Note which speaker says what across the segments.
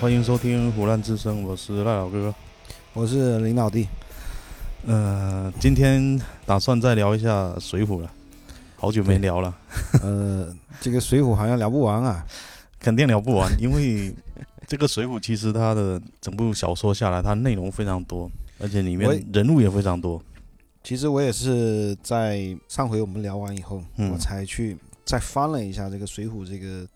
Speaker 1: 欢迎收听《胡乱之声》，我是赖老哥。
Speaker 2: 我是林老弟，
Speaker 1: 呃，今天打算再聊一下《水浒》了，好久没聊了，
Speaker 2: 呃，这个《水浒》好像聊不完啊，
Speaker 1: 肯定聊不 完，因为这个《水浒》其实它的整部小说下来，它内容非常多，而且里
Speaker 2: 我
Speaker 1: 面
Speaker 2: 也
Speaker 1: 人物也非常多。
Speaker 2: 其实我也是在上回我们聊完以后，
Speaker 1: 嗯
Speaker 2: 我才去再翻了一下这个《水浒》这个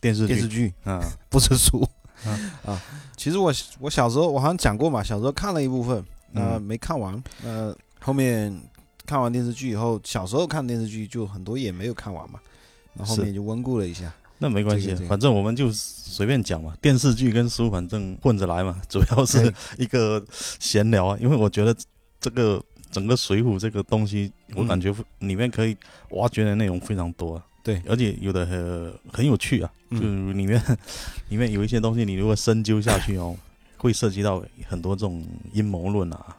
Speaker 1: 电视
Speaker 2: 电视
Speaker 1: 剧
Speaker 2: 剧，
Speaker 1: 啊，
Speaker 2: 不是书 啊。其实我我小时候我好像讲过嘛，小时候看了一部分，呃，
Speaker 1: 嗯
Speaker 2: 没看完，呃，后面看完电视剧以后，小时候看电视剧就很多也没有看完嘛，然后后
Speaker 1: 是
Speaker 2: 面就温故了一下。
Speaker 1: 那没关系
Speaker 2: 这个这，个
Speaker 1: 反正我们就随便讲嘛。电视剧跟书反正混着来嘛，主要是
Speaker 2: 对
Speaker 1: 一个闲聊啊。因为我觉得这个整个《水浒》这个东西，我
Speaker 2: 嗯
Speaker 1: 感觉里面可以挖掘的内容非常多啊、
Speaker 2: 对
Speaker 1: 而且有的很很有趣啊，就
Speaker 2: 嗯
Speaker 1: 里面 里面有一些东西，你如果深究下去 哦，会涉及到很多这种阴谋论啊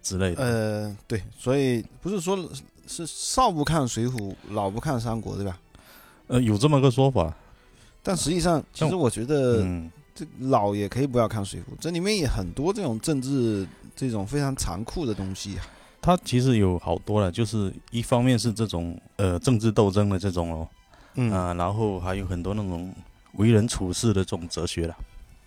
Speaker 1: 之类的。
Speaker 2: 呃，对，所以不是说是少不看《水浒》，老不看《三国》，对吧？
Speaker 1: 呃，有这么个说法，
Speaker 2: 但实际上，其实我觉得
Speaker 1: 嗯，
Speaker 2: 这老也可以不要看《水浒》，这里面也很多这种政治这种非常残酷的东西啊。
Speaker 1: 它其实有好多了，就是一方面是这种呃政治斗争的这种哦。
Speaker 2: 嗯，
Speaker 1: 啊，然后还有很多那种为人处事的这种哲学啦，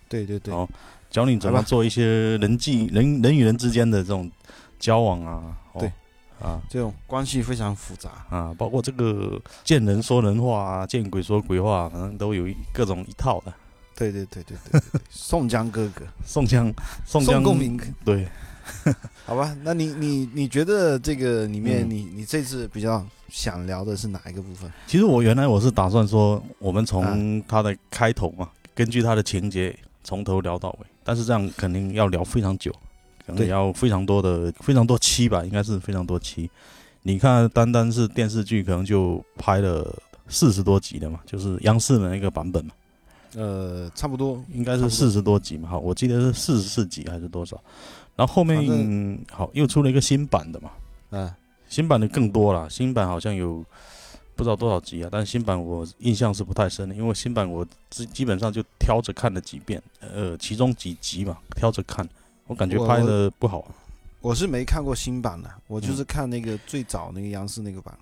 Speaker 2: 对对对
Speaker 1: 好，教你怎
Speaker 2: 来
Speaker 1: 么
Speaker 2: 吧
Speaker 1: 做一些人际人人与人之间的这种交往啊，哦、
Speaker 2: 对，
Speaker 1: 啊
Speaker 2: 这种关系非常复杂。
Speaker 1: 啊，包括这个见人说人话啊，见鬼说鬼话啊，反正都有一各种一套的。
Speaker 2: 对对对对对对 对，宋江哥哥，
Speaker 1: 宋江，宋江，
Speaker 2: 宋嗯公明，
Speaker 1: 对，
Speaker 2: 好吧？那你你你觉得这个里面
Speaker 1: 嗯
Speaker 2: 你你这次比较想聊的是哪一个部分？
Speaker 1: 其实我原来我是打算说，我们
Speaker 2: 啊
Speaker 1: 从他的开头嘛，根据他的情节从头聊到尾，但是这样肯定要聊非常久，可能
Speaker 2: 对
Speaker 1: 也要非常多的非常多期吧，应该是非常多期。你看，单单是电视剧可能就拍了四十多集的嘛，就是央视的那个版本嘛，
Speaker 2: 呃，差不多，
Speaker 1: 应该
Speaker 2: 差
Speaker 1: 是
Speaker 2: 不多
Speaker 1: 四十多集嘛，哈，我记得是四十四集还是多少。然后后面
Speaker 2: 反正
Speaker 1: 好又出了一个新版的嘛，
Speaker 2: 嗯，
Speaker 1: 新版的更多了，新版好像有不知道多少集啊，但是新版我印象是不太深的，因为新版我基基本上就挑着看了几遍，呃，其中几集嘛，挑着看，我感觉
Speaker 2: 我
Speaker 1: 拍的不好啊，
Speaker 2: 我是没看过新版的，我就是看那个最早那个央视那个版。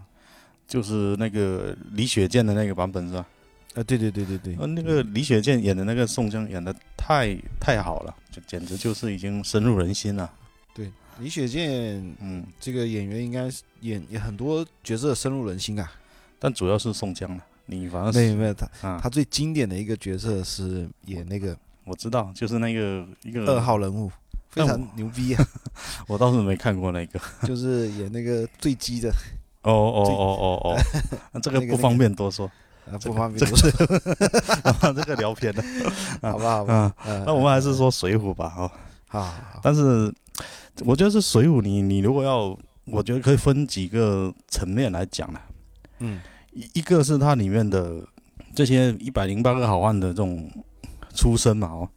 Speaker 1: 就是那个李雪健的那个版本是吧？
Speaker 2: 啊，对对对对对，
Speaker 1: 呃，那个李雪健演的那个宋江演的太太好了，就简直就是已经深入人心了，
Speaker 2: 对李雪健
Speaker 1: 嗯，
Speaker 2: 这个演员应该是演演很多角色深入人心啊。
Speaker 1: 但主要是宋江了，你反正
Speaker 2: 没
Speaker 1: 是
Speaker 2: 有没有，他
Speaker 1: 啊，
Speaker 2: 他最经典的一个角色是演那个
Speaker 1: 我知道，就是那个一个
Speaker 2: 二，号人物，非
Speaker 1: 那
Speaker 2: 常牛逼 啊，
Speaker 1: 我倒是没看过 那个。
Speaker 2: 就是演那个坠机 的，
Speaker 1: 哦哦哦哦 哦，那这个
Speaker 2: 那个
Speaker 1: 不方便多说，
Speaker 2: 啊，不方便
Speaker 1: 这
Speaker 2: 多说，
Speaker 1: 这个聊偏了。
Speaker 2: 好吧好吧。
Speaker 1: 啊，
Speaker 2: 呃
Speaker 1: 那我们还是说《水浒》吧，哦。
Speaker 2: 好好好
Speaker 1: 但是我觉得是《水浒》，你你如果要，我觉得可以分几个层面来讲啦。
Speaker 2: 嗯，
Speaker 1: 一一个是它里面的这些一百零八个好汉的这种出身嘛，哦，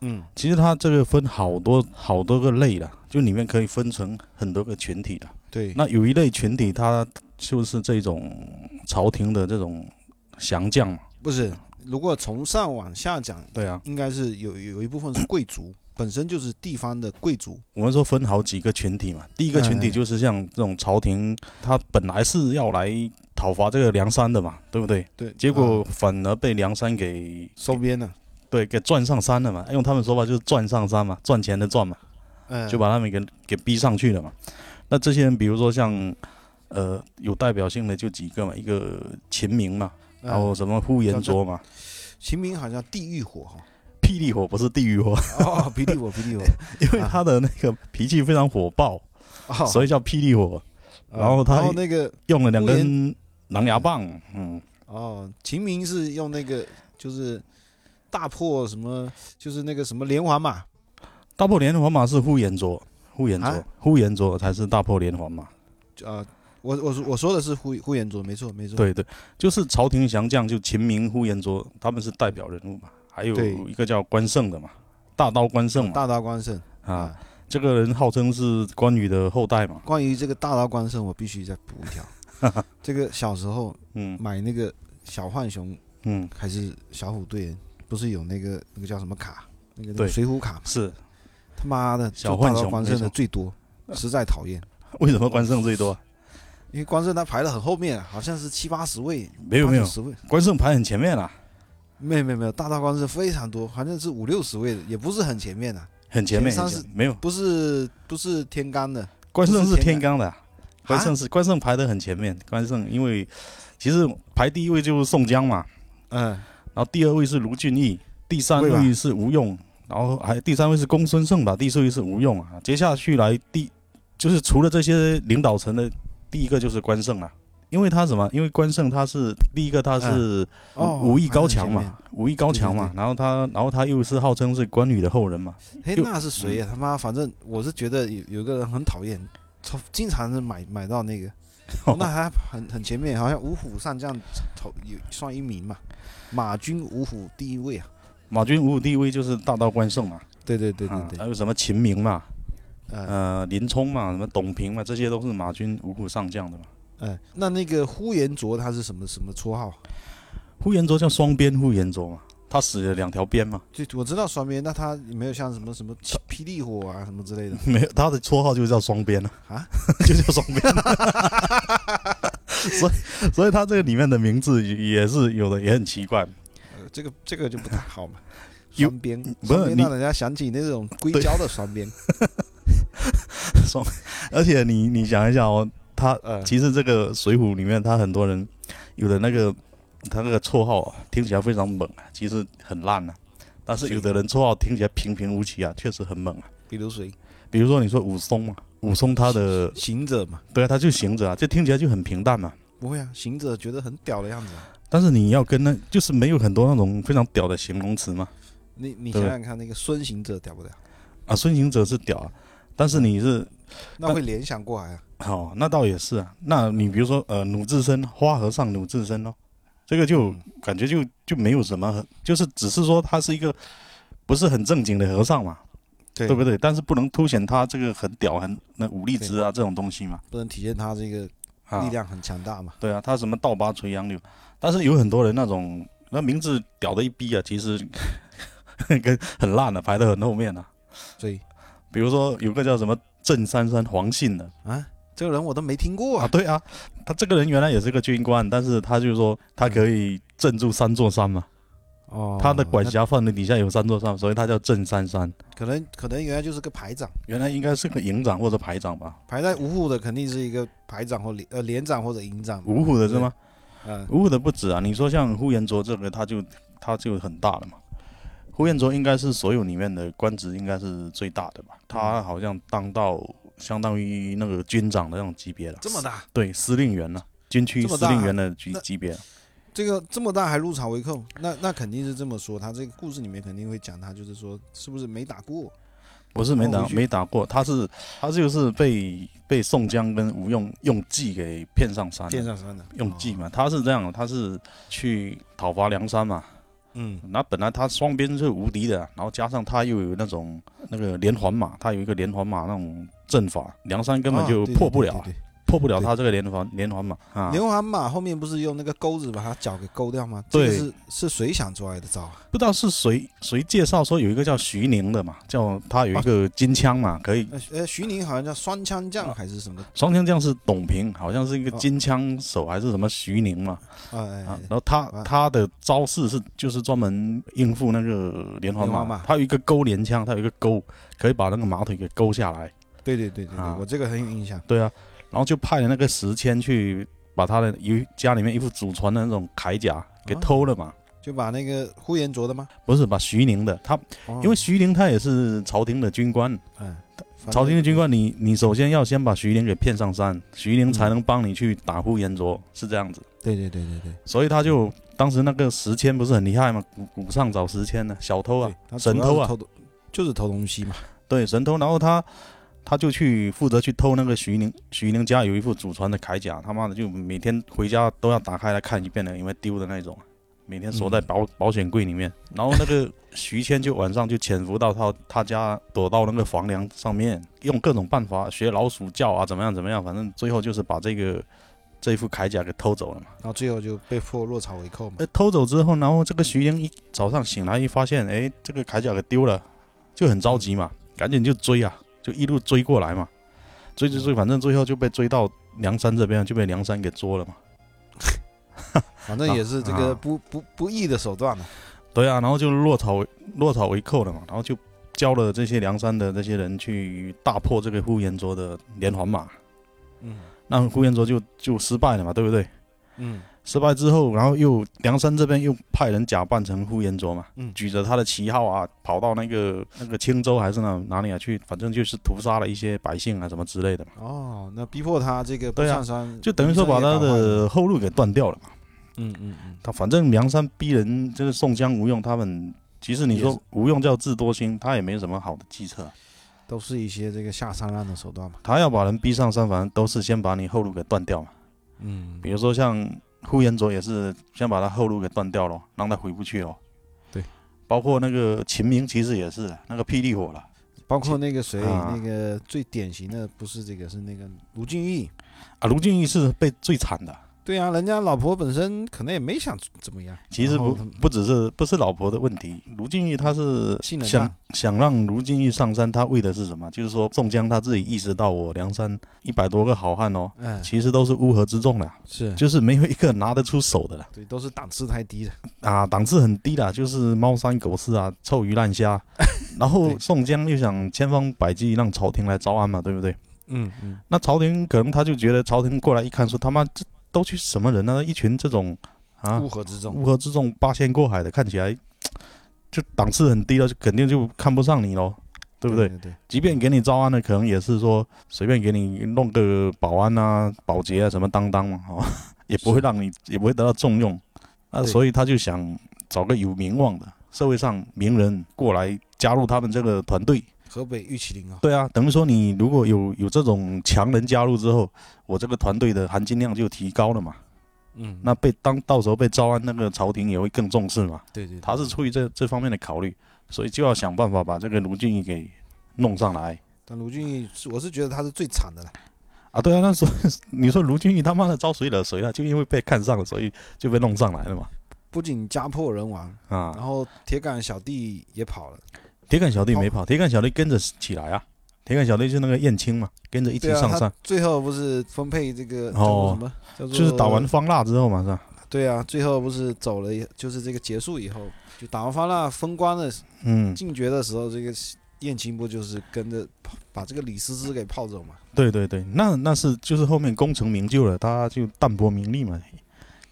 Speaker 2: 嗯，
Speaker 1: 其实它这个分好多好多个类的，就里面可以分成很多个群体的。
Speaker 2: 对，
Speaker 1: 那有一类群体，它就是这种朝廷的这种降将嘛，
Speaker 2: 不是，如果从上往下讲，
Speaker 1: 对啊，
Speaker 2: 应该是有有一部分是贵族，本身就是地方的贵族，
Speaker 1: 我们说分好几个群体嘛，第一个群体就是像这种朝廷，他本来是要来讨伐这个梁山的嘛，对不对？
Speaker 2: 对，
Speaker 1: 结果
Speaker 2: 啊
Speaker 1: 反而被梁山给
Speaker 2: 收编了，
Speaker 1: 对给转上山了嘛，用他们说法就是转上山嘛，赚钱的赚嘛，
Speaker 2: 嗯，
Speaker 1: 就把他们给给逼上去了嘛。那这些人，比如说像呃有代表性的就几个嘛，一个秦明嘛，
Speaker 2: 嗯
Speaker 1: 然后什么呼延灼嘛，
Speaker 2: 秦明好像地狱火 哈，
Speaker 1: 霹雳火不是地狱火，
Speaker 2: 哦，霹雳火，霹雳火，
Speaker 1: 因为他的那个脾气非常火爆，
Speaker 2: 哦，
Speaker 1: 所以叫霹雳火，
Speaker 2: 啊
Speaker 1: 然后他
Speaker 2: 然后那个
Speaker 1: 用了两根狼牙棒，嗯。
Speaker 2: 哦，秦明是用那个就是大破什么，就是那个什么连环嘛，
Speaker 1: 大破连环马是呼延灼，呼延灼
Speaker 2: 啊，
Speaker 1: 呼延灼才是大破连环马。
Speaker 2: 就啊、我我说我说的是呼呼延灼，没错没错，
Speaker 1: 对对，就是朝廷降将，就秦明、呼延灼，他们是代表人物嘛。还有
Speaker 2: 对
Speaker 1: 一个叫关胜的嘛，大刀关胜嘛。
Speaker 2: 大刀关胜
Speaker 1: 啊，。这个人号称是关羽的后代嘛。
Speaker 2: 关于这个大刀关胜，我必须再补一 条，这个小时候
Speaker 1: 嗯
Speaker 2: 买那个小浣熊
Speaker 1: 嗯，
Speaker 2: 还是小虎队，不是有那个那个叫什么卡，那个那
Speaker 1: 对
Speaker 2: 个水浒卡嘛，
Speaker 1: 是
Speaker 2: 他妈的，
Speaker 1: 小
Speaker 2: 就
Speaker 1: 浣
Speaker 2: 霸道
Speaker 1: 熊
Speaker 2: 关
Speaker 1: 没
Speaker 2: 胜的
Speaker 1: 错
Speaker 2: 最多，实在讨厌。
Speaker 1: 为什么关胜最多？
Speaker 2: 因为关胜他排的很后面啊，好像是七八十位，
Speaker 1: 没有没有
Speaker 2: 八九，十位，
Speaker 1: 关胜排很前面啊啦、
Speaker 2: 没有没有没有，大大关胜非常多，好像是五六十位的，也不是很前面的、
Speaker 1: 很前面，
Speaker 2: 前
Speaker 1: 很
Speaker 2: 三
Speaker 1: 前
Speaker 2: 是
Speaker 1: 面没有
Speaker 2: 不是不是天罡的，
Speaker 1: 关胜是
Speaker 2: 不是
Speaker 1: 天
Speaker 2: 前面
Speaker 1: 罡的啊、关胜是关胜排得很前面。关胜因为其实排第一位就是宋江嘛，
Speaker 2: 嗯，
Speaker 1: 然后第二位是卢俊义，第三
Speaker 2: 对
Speaker 1: 位
Speaker 2: 吧
Speaker 1: 是吴用，然后还第三位是公孙胜吧，第四位是吴用啊。接下去来第就是除了这些领导层的第一个就是关胜了、因为他什么？因为关胜他是第一个，他是
Speaker 2: 哦，
Speaker 1: 武艺高强
Speaker 2: 排得
Speaker 1: 嘛，武艺高强嘛，
Speaker 2: 对
Speaker 1: 然后他然后他又是号称是关羽的后人嘛，
Speaker 2: 很前面，
Speaker 1: 就
Speaker 2: 嘿，那是谁呀、他妈，反正我是觉得有有个人很讨厌，超经常是买买到那个，那还很很前面，好像五虎上将头有算一名嘛，马军五虎第一位啊，
Speaker 1: 马军五虎第一位就是大刀关胜嘛，
Speaker 2: 对对对对
Speaker 1: 啊
Speaker 2: 对，
Speaker 1: 还有什么秦明嘛，
Speaker 2: 呃
Speaker 1: 呃，林冲嘛，什么董平嘛，这些都是马军五虎上将的嘛。
Speaker 2: 呃，那那个呼延灼他是什么什么绰号？
Speaker 1: 呼延灼叫双鞭呼延灼嘛，他使了两条鞭嘛，
Speaker 2: 就我知道双边，那他没有像什么什么霹霹雳火啊什么之类的
Speaker 1: 没有，他的绰号就叫双鞭了
Speaker 2: 啊，
Speaker 1: 就叫双鞭。所以，所以他这个里面的名字也是有的，也很奇怪。
Speaker 2: 呃这个这个就不太好嘛。
Speaker 1: 有嗯
Speaker 2: 双边，
Speaker 1: 不是
Speaker 2: 双边
Speaker 1: 你
Speaker 2: 让人家想起那种硅 胶的双边，
Speaker 1: 而且你你想一下哦，他
Speaker 2: 呃，
Speaker 1: 其实这个《水浒》里面，他很多人有的那个他那个绰号啊，听起来非常猛啊，其实很烂啊。但是有的人绰号听起来平平无奇啊，确实很猛啊。
Speaker 2: 比如谁？
Speaker 1: 比如说你说武松嘛，武松他的
Speaker 2: 行者嘛，
Speaker 1: 对啊，他就行者啊，这听起来就很平淡嘛。
Speaker 2: 不会啊，行者觉得很屌的样子啊。
Speaker 1: 但是你要跟那，就是没有很多那种非常屌的形容词嘛。
Speaker 2: 你你
Speaker 1: 对
Speaker 2: 想想看，那个孙行者屌不屌？
Speaker 1: 啊，孙行者是屌啊，但是你是
Speaker 2: 那会联想过来啊。
Speaker 1: 哦，那倒也是啊。那你比如说呃，鲁智深，花和尚鲁智深哦，这个就感觉
Speaker 2: 嗯
Speaker 1: 就就没有什么很，就是只是说他是一个不是很正经的和尚嘛，
Speaker 2: 对
Speaker 1: 对不对？但是不能凸显他这个很屌、很那武力值啊这种东西嘛。
Speaker 2: 不能体现他这个
Speaker 1: 啊
Speaker 2: 力，量很强大嘛。
Speaker 1: 对啊，他什么倒拔垂杨柳，但是有很多人那种那名字屌的一逼啊，其实 跟很烂的、排得很后面啊。
Speaker 2: 所以
Speaker 1: 比如说有个叫什么郑三三黄信的
Speaker 2: 啊，这个人我都没听过
Speaker 1: 啊，
Speaker 2: 啊。
Speaker 1: 对啊，他这个人原来也是个军官，但是他就说他可以镇住三座山嘛，
Speaker 2: 哦
Speaker 1: 啊他的管辖范围底下有三座山，所以他叫郑三三。
Speaker 2: 那可能可能原来就是个排长，
Speaker 1: 原来应该是个营长或者排长吧，
Speaker 2: 排在五虎的肯定是一个排长或连呃连长或者营长。
Speaker 1: 五虎的是吗？
Speaker 2: 嗯，
Speaker 1: 五虎的不止啊，你说像呼延灼这个，他就他就很大了嘛。呼延灼应该是所有里面的官职应该是最大的
Speaker 2: 嗯
Speaker 1: 吧，他好像当到相当于那个军长的那种级别了，
Speaker 2: 这么大，
Speaker 1: 对司令员呢、啊军区
Speaker 2: 这么
Speaker 1: 司
Speaker 2: 大啊
Speaker 1: 令员的级
Speaker 2: 那
Speaker 1: 级别。
Speaker 2: 这个这么大还入朝为寇，那那肯定是这么说。他这个故事里面肯定会讲他，就是说是不是没打过？
Speaker 1: 不是没打
Speaker 2: 哦回去
Speaker 1: 没打过，他是他就是被被宋江跟吴用用计给骗上山
Speaker 2: 电
Speaker 1: 的，
Speaker 2: 上山的
Speaker 1: 用计
Speaker 2: 哦
Speaker 1: 嘛，他是这样，他是去讨伐梁山嘛，
Speaker 2: 嗯，
Speaker 1: 那本来他双边是无敌的，然后加上他又有那种那个连环马，他有一个连环马那种阵法，梁山根本
Speaker 2: 啊
Speaker 1: 就破不了，
Speaker 2: 对对对对对
Speaker 1: 破不了
Speaker 2: 对
Speaker 1: 他这个连环连环马啊，
Speaker 2: 连环马后面不是用那个钩子把他脚给勾掉吗？
Speaker 1: 对
Speaker 2: 这个是是谁想出来的招啊？
Speaker 1: 不知道是谁谁介绍说有一个叫徐宁的嘛，叫他有一个金枪嘛，可以
Speaker 2: 呃呃，徐宁好像叫双枪
Speaker 1: 啊
Speaker 2: 将还是什么？
Speaker 1: 双枪将是董平，好像是一个
Speaker 2: 哦
Speaker 1: 金枪手还是什么徐宁嘛。
Speaker 2: 哎
Speaker 1: 啊
Speaker 2: 哎，
Speaker 1: 然后他
Speaker 2: 啊
Speaker 1: 他的招式是就是专门应付那个连环
Speaker 2: 连
Speaker 1: 马，
Speaker 2: 环马
Speaker 1: 他有一个钩连枪，他有一个钩可以把那个马腿给勾下来。
Speaker 2: 对对对对对
Speaker 1: 啊，
Speaker 2: 我这个很有印象。
Speaker 1: 对啊，然后就派了那个石谦去把他的一家里面一副祖传的那种铠甲给
Speaker 2: 啊
Speaker 1: 偷了嘛，
Speaker 2: 就把那个呼延灼的吗？
Speaker 1: 哦不是把徐宁的，他
Speaker 2: 哦
Speaker 1: 啊因为徐宁他也是朝廷的军官，
Speaker 2: 哎，反
Speaker 1: 朝廷的
Speaker 2: 正
Speaker 1: 军官你你首先要先把徐宁给骗上山，徐宁才
Speaker 2: 嗯
Speaker 1: 能帮你去打呼延灼，是这样子。
Speaker 2: 对对对对对，
Speaker 1: 所以他就当时那个石谦不是很厉害吗？古古上找石谦呢，小偷啊
Speaker 2: 对，他主
Speaker 1: 神
Speaker 2: 要
Speaker 1: 偷
Speaker 2: 是
Speaker 1: 啊，
Speaker 2: 偷东就是偷东西嘛。
Speaker 1: 对神偷。然后他他就去负责去偷那个徐宁，徐宁家有一副祖传的铠甲，他妈的就每天回家都要打开来看一遍的，因为丢的那种，每天锁在
Speaker 2: 嗯
Speaker 1: 保、保险柜里面。然后那个徐谦就晚上就潜伏到他他家，躲到那个房梁上面，用各种办法学老鼠叫啊，怎么样怎么样，反正最后就是把这个这一副铠甲给偷走了嘛。
Speaker 2: 然后最后就被迫落草为寇嘛。
Speaker 1: 呃，偷走之后，然后这个徐英一早上醒来一发现，哎，这个铠甲给丢了，就很着急嘛，赶紧就追啊，就一路追过来嘛，追追追，反正最后就被追到梁山这边，就被梁山给捉了嘛。
Speaker 2: 反正也是这
Speaker 1: 啊
Speaker 2: 个不不不义的手段了。
Speaker 1: 对啊，然后就落草为落草为寇了嘛，然后就教了这些梁山的这些人去大破这个呼延灼的连环马，
Speaker 2: 嗯
Speaker 1: 那呼延灼就就失败了嘛，对不对？
Speaker 2: 嗯
Speaker 1: 失败之后，然后又梁山这边又派人假扮成呼延灼嘛，
Speaker 2: 嗯
Speaker 1: 举着他的旗号啊，跑到那个那个青州还是哪哪里啊去，反正就是屠杀了一些百姓啊什么之类的嘛，
Speaker 2: 哦，那逼迫他这个不
Speaker 1: 对啊
Speaker 2: 上山，
Speaker 1: 就等于说把他的后路给断掉了嘛。
Speaker 2: 嗯嗯嗯，
Speaker 1: 他反正梁山逼人，就是宋江、吴用他们，其实你
Speaker 2: 也
Speaker 1: 说
Speaker 2: 是
Speaker 1: 吴用叫智多星，他也没什么好的计策，啊
Speaker 2: 都是一些这个下三滥的手段嘛。
Speaker 1: 他要把人逼上山，反正都是先把你后路给断掉嘛。
Speaker 2: 嗯，
Speaker 1: 比如说像呼延灼也是先把他后路给断掉了，让他回不去了。
Speaker 2: 对，
Speaker 1: 包括那个秦明其实也是那个霹雳火了
Speaker 2: 包括那个谁，
Speaker 1: 啊
Speaker 2: 那个最典型的不是这个，是那个卢俊义。
Speaker 1: 啊，卢俊义是被最惨的。
Speaker 2: 对啊，人家老婆本身可能也没想怎么样，
Speaker 1: 其实
Speaker 2: 然后
Speaker 1: 不不只是不是老婆的问题，卢俊义他是
Speaker 2: 信任
Speaker 1: 想
Speaker 2: 他
Speaker 1: 想让卢俊义上山，他为的是什么？就是说宋江他自己意识到我梁山一百多个好汉哦，
Speaker 2: 嗯，
Speaker 1: 其实都是乌合之众的，
Speaker 2: 是，
Speaker 1: 就是没有一个拿得出手的了
Speaker 2: 对，都是档次太低了。
Speaker 1: 啊，档次很低的，就是猫山狗四啊，臭鱼烂 虾。然后
Speaker 2: 对
Speaker 1: 宋江又想千方百计让朝廷来招安嘛，对不对？
Speaker 2: 嗯嗯，
Speaker 1: 那朝廷可能他就觉得朝廷过来一看说他妈这都去什么人呢、一群这种啊
Speaker 2: 乌合之众
Speaker 1: 乌。合之众八仙过海的，看起来就档次很低了，就肯定就看不上你喽，对不对？
Speaker 2: 对对，
Speaker 1: 即便给你招安了，可能也是说随便给你弄个保安啊、保洁啊什么当当嘛， 哦，也不会让你，也不会得到重用。那
Speaker 2: 对
Speaker 1: 所以他就想找个有名望的社会上名人过来加入他们这个团队。
Speaker 2: 河北玉麒麟啊，
Speaker 1: 对啊，等于说你如果有有这种强人加入之后，我这个团队的含金量就提高了嘛。
Speaker 2: 嗯，
Speaker 1: 那被当到时候被招安，那个朝廷也会更重视嘛。
Speaker 2: 对对，对
Speaker 1: 他是出于这这方面的考虑，所以就要想办法把这个卢俊义给弄上来。
Speaker 2: 但卢俊义是，我是觉得他是最惨的了。
Speaker 1: 啊，对啊，那时候 你说卢俊义他妈的招谁惹谁了？就因为被看上了，所以就被弄上来了嘛。
Speaker 2: 不仅家破人亡，然
Speaker 1: 啊，
Speaker 2: 后铁杆小弟也跑了，
Speaker 1: 铁杆小弟没
Speaker 2: 哦
Speaker 1: 跑，铁杆小弟跟着起来啊。铁杆小弟是那个燕青嘛，跟着一起
Speaker 2: 对啊，
Speaker 1: 上
Speaker 2: 他
Speaker 1: 山，哦
Speaker 2: 最后不是分配这个叫做什么？叫做
Speaker 1: 就是打完方腊之后嘛，是吧？
Speaker 2: 对啊，最后不是走了以，就是这个结束以后，就打完方腊封官的
Speaker 1: 嗯，
Speaker 2: 进爵的时候，这个燕青不就是跟着跑把这个李师师给泡走嘛？
Speaker 1: 对对对，那那是就是后面功成名就了，他就淡泊名利嘛。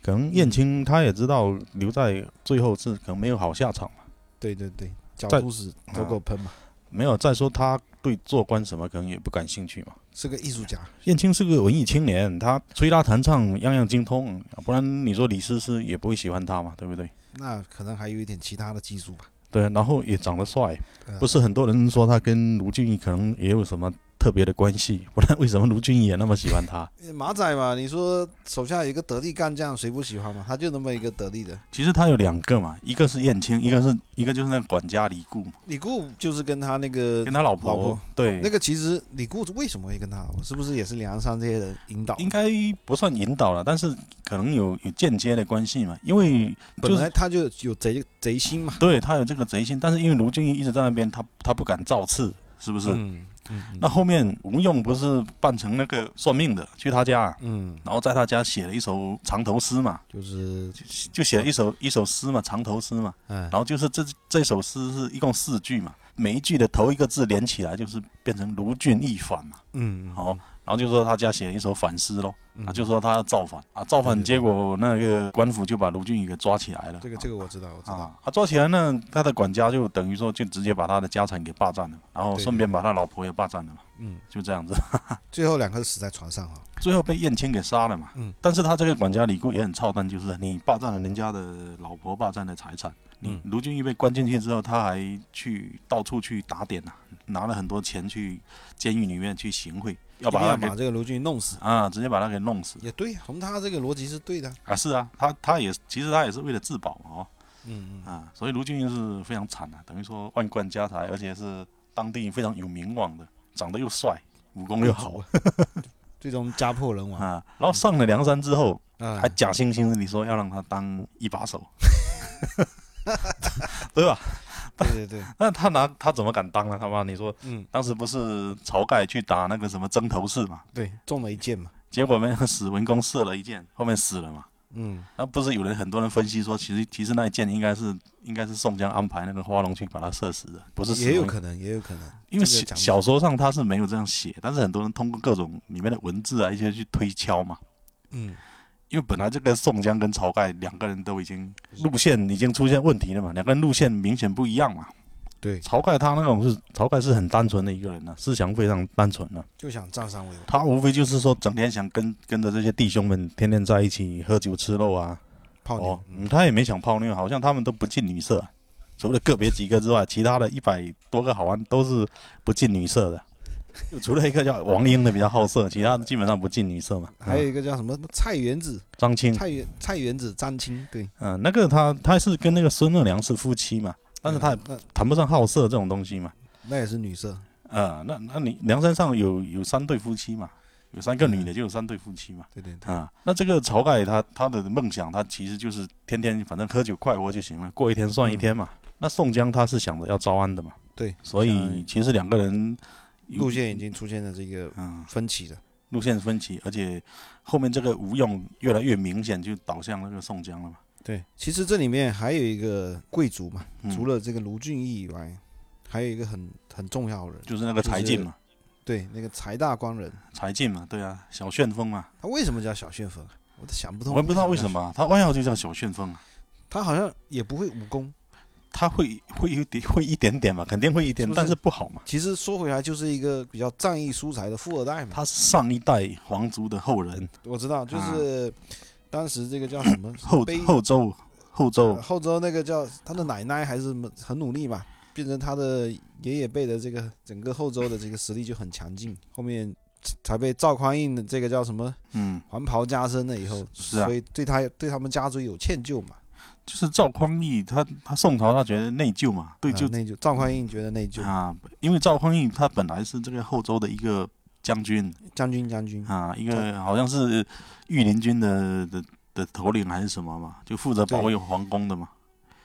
Speaker 1: 可能燕青他也知道留在最后是可能没有好下场嘛，
Speaker 2: 对对对，狡
Speaker 1: 在
Speaker 2: 兔死走狗烹嘛，
Speaker 1: 没有再说他对做官什么可能也不感兴趣嘛。
Speaker 2: 是个艺术家。
Speaker 1: 燕青是个文艺青年，他吹拉弹唱样样精通，不然你说李师师也不会喜欢他嘛，对不对？
Speaker 2: 那可能还有一点其他的技术吧，
Speaker 1: 对，然后也长得帅，
Speaker 2: 对啊
Speaker 1: 不是很多人说他跟卢俊义可能也有什么特别的关系， 不然为什么卢俊义也那么喜欢他？
Speaker 2: 马仔嘛，你说手下有一个得力干将，谁不喜欢嘛？他就那么一个得力的，
Speaker 1: 其实他有两个嘛，一个是燕青，一个是一个就是那个管家李固，
Speaker 2: 李固就是跟他那个
Speaker 1: 跟他老婆
Speaker 2: 老婆
Speaker 1: 对，
Speaker 2: 那个其实李固为什么会跟他好？是不是也是梁山这些人引导？
Speaker 1: 应该不算引导了，但是可能有有间接的关系嘛，因为就
Speaker 2: 本
Speaker 1: 是
Speaker 2: 来他就有贼贼心嘛，
Speaker 1: 对他有这个贼心，但是因为卢俊义一直在那边，他他不敢造次，是不是？
Speaker 2: 嗯嗯
Speaker 1: 那后面吴用不是扮成那个算命的去他家，
Speaker 2: 嗯，
Speaker 1: 然后在他家写了一首藏头诗嘛，
Speaker 2: 就是
Speaker 1: 就写了一首一首诗嘛，藏头诗嘛。
Speaker 2: 哎
Speaker 1: 然，后就是这这首诗是一共四句嘛，每一句的头一个字连起来就是变成卢俊义反嘛。
Speaker 2: 嗯
Speaker 1: 好，然后就说他家写了一首反诗咯，
Speaker 2: 嗯
Speaker 1: 啊，就说他要造反啊，造反，
Speaker 2: 对对对
Speaker 1: 结果那个官府就把卢俊义给抓起来了。
Speaker 2: 这个这个我知道，我知道，
Speaker 1: 啊，他抓起来呢，他的管家就等于说就直接把他的家产给霸占了，然后
Speaker 2: 对
Speaker 1: 顺便把他老婆也霸占了嘛，
Speaker 2: 嗯，
Speaker 1: 就这样子。
Speaker 2: 最后两个死在船上啊，
Speaker 1: 最后被燕青给杀了嘛。
Speaker 2: 嗯，
Speaker 1: 但是他这个管家李固也很操蛋，就是你霸占了人家的老婆，霸占了财产。你
Speaker 2: 嗯
Speaker 1: 卢俊义被关进去之后，他还去到处去打点呐、拿了很多钱去监狱里面去行贿，要
Speaker 2: 一定
Speaker 1: 把
Speaker 2: 要
Speaker 1: 他给
Speaker 2: 把这个卢俊义弄死，
Speaker 1: 啊，直接把他给弄死
Speaker 2: 也对，啊从他这个逻辑是对的，
Speaker 1: 啊！是啊，他他也其实他也是为了自保嘛哦
Speaker 2: 嗯嗯，
Speaker 1: 啊，所以卢俊义是非常惨的、啊等于说万贯家财，而且是当地非常有名望的，长得又帅，武功又好，
Speaker 2: 最终家破人亡。
Speaker 1: 啊。然后上了梁山之后，
Speaker 2: 啊
Speaker 1: 还，假惺惺的你说要让他当一把手，对吧？
Speaker 2: 对对 对，
Speaker 1: 那他拿他怎么敢当呢？他妈，你说
Speaker 2: 嗯，
Speaker 1: 当时不是晁盖去打那个什么曾头市嘛？
Speaker 2: 对，中了一箭嘛。
Speaker 1: 结果那个史文恭射了一箭，后面死了嘛？
Speaker 2: 嗯，
Speaker 1: 那不是有人很多人分析说，其实其实那一箭应该是应该是宋江安排那个花龙去把他射死的，不是史
Speaker 2: 也有
Speaker 1: 文
Speaker 2: 可能，也有可能，
Speaker 1: 因为
Speaker 2: 这
Speaker 1: 小
Speaker 2: 个讲不
Speaker 1: 小说上他是没有这样写，但是很多人通过各种里面的文字啊一些去推敲嘛。
Speaker 2: 嗯，
Speaker 1: 因为本来这个宋江跟晁盖两个人都已经路线已经出现问题了嘛，两个人路线明显不一样嘛。
Speaker 2: 对，
Speaker 1: 晁盖他那种是晁盖是很单纯的一个人呢、思想非常单纯啊呢、
Speaker 2: 就想占上位嘛。
Speaker 1: 他无非就是说整天想跟跟着这些弟兄们天天在一起喝酒吃肉啊。
Speaker 2: 泡妞
Speaker 1: 哦，
Speaker 2: 嗯
Speaker 1: 嗯他也没想泡妞，好像他们都不近女色，啊除了个别几个之外，其他的一百多个好汉都是不近女色的。就除了一个叫王英的比较好 色，其他的基本上不近女色嘛。
Speaker 2: 还有一个叫什么蔡元子，
Speaker 1: 张青，
Speaker 2: 蔡元蔡元子张青，对，
Speaker 1: 嗯、那个他他是跟那个孙二娘是夫妻嘛，但是他也
Speaker 2: 那
Speaker 1: 谈不上好色这种东西嘛。
Speaker 2: 那也是女色，
Speaker 1: 呃，那那你梁山上有有三对夫妻嘛，有三个女的就有三对夫妻嘛。
Speaker 2: 对对对，
Speaker 1: 啊、那这个晁盖他他的梦想，他其实就是天天反正喝酒快活就行了，过一天算一天嘛。那宋江他是想着要招安的嘛，
Speaker 2: 嗯对，
Speaker 1: 所以其实两个人有
Speaker 2: 路线已经出现了这个
Speaker 1: 嗯
Speaker 2: 分歧了。
Speaker 1: 路线分歧，而且后面这个吴用越来越明显就倒向那个宋江了嘛。
Speaker 2: 对，其实这里面还有一个贵族嘛，
Speaker 1: 嗯
Speaker 2: 除了这个卢俊义以外，还有一个很很重要的人，
Speaker 1: 就是那个柴进嘛，
Speaker 2: 对，那个柴大官人，
Speaker 1: 柴进嘛，对啊，小旋风嘛，
Speaker 2: 他为什么叫小旋风啊？我都想不通。
Speaker 1: 我也不知道为什，么他外号就叫小旋风啊。
Speaker 2: 他好像也不会武功。
Speaker 1: 他会会有点会一点点嘛，肯定会一点，
Speaker 2: 是不是
Speaker 1: 但是不好嘛。
Speaker 2: 其实说回来，就是一个比较仗义疏财的富二代嘛。
Speaker 1: 他是上一代皇族的后人，
Speaker 2: 我知道，就是当时这个叫什么
Speaker 1: 后
Speaker 2: 碑
Speaker 1: 后周后周
Speaker 2: 呃后周那个叫他的奶奶还是很努力嘛，变成他的爷爷辈的这个整个后周的这个实力就很强劲，后面才被赵匡胤的这个叫什么
Speaker 1: 嗯，
Speaker 2: 黄袍加身了以后，
Speaker 1: 是啊
Speaker 2: 所以对他对他们家族有歉疚嘛，
Speaker 1: 就是赵匡胤，他他宋朝他觉得内疚嘛，对，就
Speaker 2: 啊内疚。赵匡胤觉得内疚，
Speaker 1: 啊，因为赵匡胤他本来是这个后周的一个将军
Speaker 2: 将军将军，
Speaker 1: 啊，一个好像是御林军的的的头领还是什么嘛，就负责保
Speaker 2: 对
Speaker 1: 卫皇宫的嘛。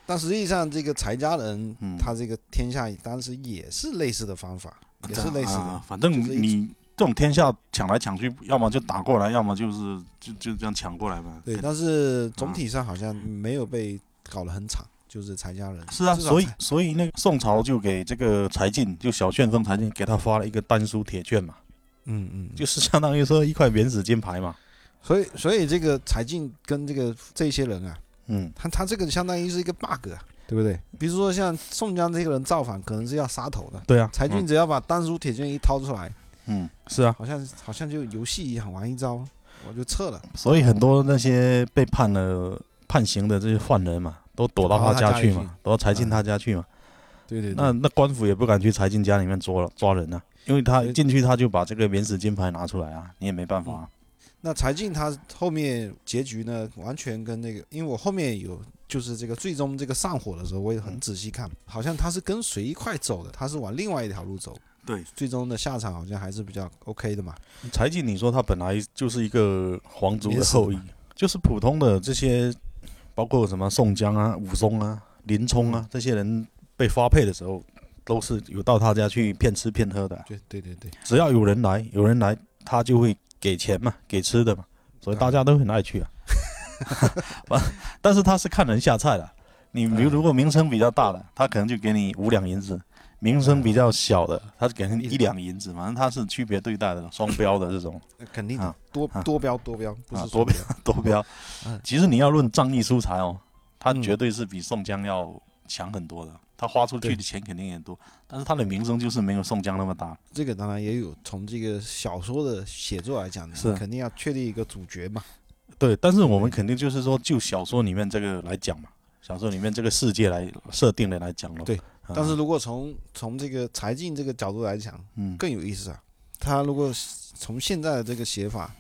Speaker 2: 但实际上这个柴家人
Speaker 1: 嗯
Speaker 2: 他这个天下当时也是类似的方法，也是类似的
Speaker 1: 啊，，反正
Speaker 2: 就是一
Speaker 1: 你这种天下抢来抢去，要么就打过来，要么就是就就这样抢过来嘛。
Speaker 2: 对，
Speaker 1: 肯
Speaker 2: 但是总体上好像没有被搞得很惨，就是柴家人
Speaker 1: 是啊，
Speaker 2: 至少
Speaker 1: 所以
Speaker 2: 柴
Speaker 1: 所以那个宋朝就给这个柴进，就小旋风柴进，给他发了一个丹书铁券嘛，
Speaker 2: 嗯嗯，就
Speaker 1: 就是相当于说一块免死金牌嘛。
Speaker 2: 所以所以这个柴进跟这个这些人啊，
Speaker 1: 嗯，
Speaker 2: 他他这个相当于是一个 bug 啊，对不对？比如说像宋江这个人造反，可能是要杀头的，
Speaker 3: 对啊，
Speaker 2: 柴进只要把丹书铁券一掏出来，
Speaker 1: 嗯，
Speaker 3: 是啊，
Speaker 2: 好像好像就游戏一样玩一招，我就撤了，
Speaker 1: 所以很多那些被判了
Speaker 3: 判刑的这些犯人嘛，都躲到
Speaker 2: 跑
Speaker 3: 他
Speaker 2: 到他
Speaker 3: 家
Speaker 2: 家
Speaker 3: 去
Speaker 2: 里去嗯
Speaker 3: 嘛，躲到柴进他家去嘛。
Speaker 2: 对对
Speaker 3: 那那官府也不敢去柴进家里面抓了抓人啊，因为他一进去他就把这个免死金牌拿出来啊，
Speaker 1: 你也没办法啊。
Speaker 2: 那柴进他后面结局呢，完全跟那个，因为我后面有就是这个最终这个上火的时候，我也很仔细
Speaker 3: 嗯
Speaker 2: 看，好像他是跟谁一块走的，他是往另外一条路走，
Speaker 1: 对，
Speaker 2: 最终的下场好像还是比较 OK 的嘛。
Speaker 3: 柴进，你说他本来就是一个皇族
Speaker 2: 免
Speaker 3: 的
Speaker 2: 死的
Speaker 3: 后裔
Speaker 2: 嘛，
Speaker 3: 就是普通的这些，包括什么宋江啊、武松啊、林冲啊这些人被发配的时候，都是有到他家去骗吃骗喝的啊。
Speaker 2: 对对对对，
Speaker 3: 只要有人来，有人来，他就会给钱嘛，给吃的嘛，所以大家都很爱去啊。但是他是看人下菜的，你比如如果名声比较大的，他可能就给你五两银子；名声比较小的，他给你一两银子，反正他是区别对待的，双标的这种。
Speaker 2: 那肯定的
Speaker 3: 啊
Speaker 2: 多
Speaker 3: 啊
Speaker 2: 多标多标，不
Speaker 3: 啊
Speaker 2: 是
Speaker 3: 多
Speaker 2: 标，
Speaker 3: 多标
Speaker 2: 嗯。
Speaker 3: 其实你要论仗义疏财哦，他
Speaker 2: 嗯
Speaker 3: 绝对是比宋江要强很多的，他花出去
Speaker 2: 对
Speaker 3: 的钱肯定也多，但是他的名声就是没有宋江那么大。
Speaker 2: 这个当然也有从这个小说的写作来讲，
Speaker 3: 是
Speaker 2: 你肯定要确立一个主角嘛。
Speaker 3: 对，但是我们肯定就是说，就小说里面这个来讲嘛，小说里面这个世界来设定的来讲了。
Speaker 2: 对
Speaker 3: 啊，
Speaker 2: 但是如果从从这个柴进这个角度来讲，
Speaker 1: 嗯，
Speaker 2: 更有意思啊。他如果从现在的这个写法，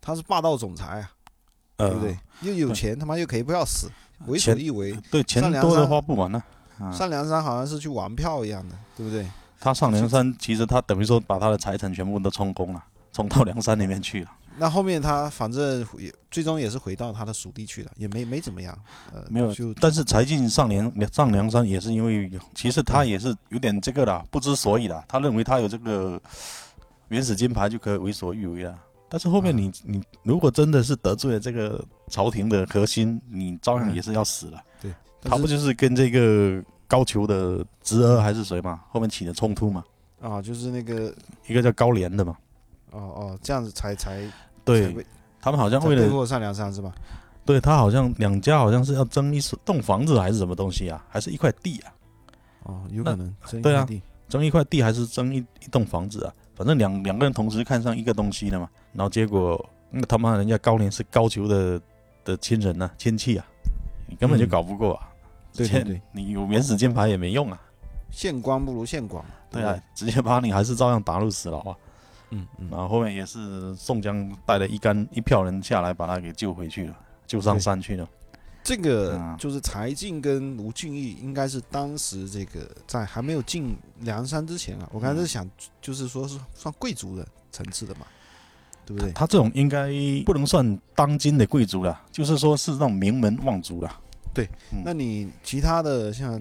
Speaker 2: 他是霸道总裁啊，
Speaker 3: 呃
Speaker 1: 嗯
Speaker 2: 对不对？又有钱，他妈又可以不要死，为所
Speaker 3: 钱
Speaker 2: 欲为。
Speaker 3: 对，钱
Speaker 2: 上梁
Speaker 3: 多的
Speaker 2: 山
Speaker 3: 花不完呢、
Speaker 1: 嗯
Speaker 3: 啊
Speaker 2: 上梁山好像是去玩票一样的，对不对？
Speaker 3: 他上梁山，其实他等于说把他的财产全部都充公了，
Speaker 1: 冲到梁山里面去了。
Speaker 2: 那后面他反正也最终也是回到他的属地去了，也没没怎么样，呃，
Speaker 1: 没有
Speaker 2: 就
Speaker 1: 但是柴进上梁上梁山也是因为，其实他也是有点这个啦，不知所以啦。他认为他有这个原始金牌就可以为所欲为啦。但是
Speaker 2: 啊
Speaker 1: 后面你、你如果真的是得罪了这个朝廷的核心，你照样也是要死了。他
Speaker 2: 但是
Speaker 1: 不就是跟这个高俅的侄儿还是谁嘛，后面起了冲突嘛？
Speaker 2: 啊，就是那个
Speaker 1: 一个叫高廉的嘛，
Speaker 2: 哦哦，这样子才才才
Speaker 1: 对
Speaker 2: 被
Speaker 1: 他们好像
Speaker 2: 才
Speaker 1: 为
Speaker 2: 被
Speaker 1: 了
Speaker 2: 迫上梁山是吧？
Speaker 1: 对他好像两家好像是要争一所栋房子还是什么东西啊，还是一块地啊，
Speaker 2: 哦，有
Speaker 1: 那
Speaker 2: 可能真
Speaker 1: 对啊
Speaker 2: 有地
Speaker 1: 争一块地还是争一一栋房子啊？反正两两个人同时看上一个东西了嘛，然后结果那他妈人家高廉是高俅的的亲人呐、亲戚啊，你根本就
Speaker 2: 嗯
Speaker 1: 搞不过啊，
Speaker 2: 对对
Speaker 1: 现
Speaker 2: 对，
Speaker 1: 你有原始金牌也没用啊，
Speaker 2: 县官不如县管嘛，
Speaker 1: 对
Speaker 2: 不
Speaker 1: 啊，，直接把你还是照样打入死牢啊。
Speaker 2: 嗯嗯
Speaker 1: 然，后后面也是宋江带了一干一票人下来，把他给救回去了，救上山去了。
Speaker 2: 这个
Speaker 1: 嗯
Speaker 2: 就是柴进跟吴俊义，应该是当时这个在还没有进梁山之前啊，
Speaker 1: 嗯
Speaker 2: 我刚才在想，就是说是算贵族的层次的嘛，对不对？
Speaker 1: 他这种应该不能算当今的贵族啦，就是说是那种名门望族啦。嗯
Speaker 2: 那你其他的像，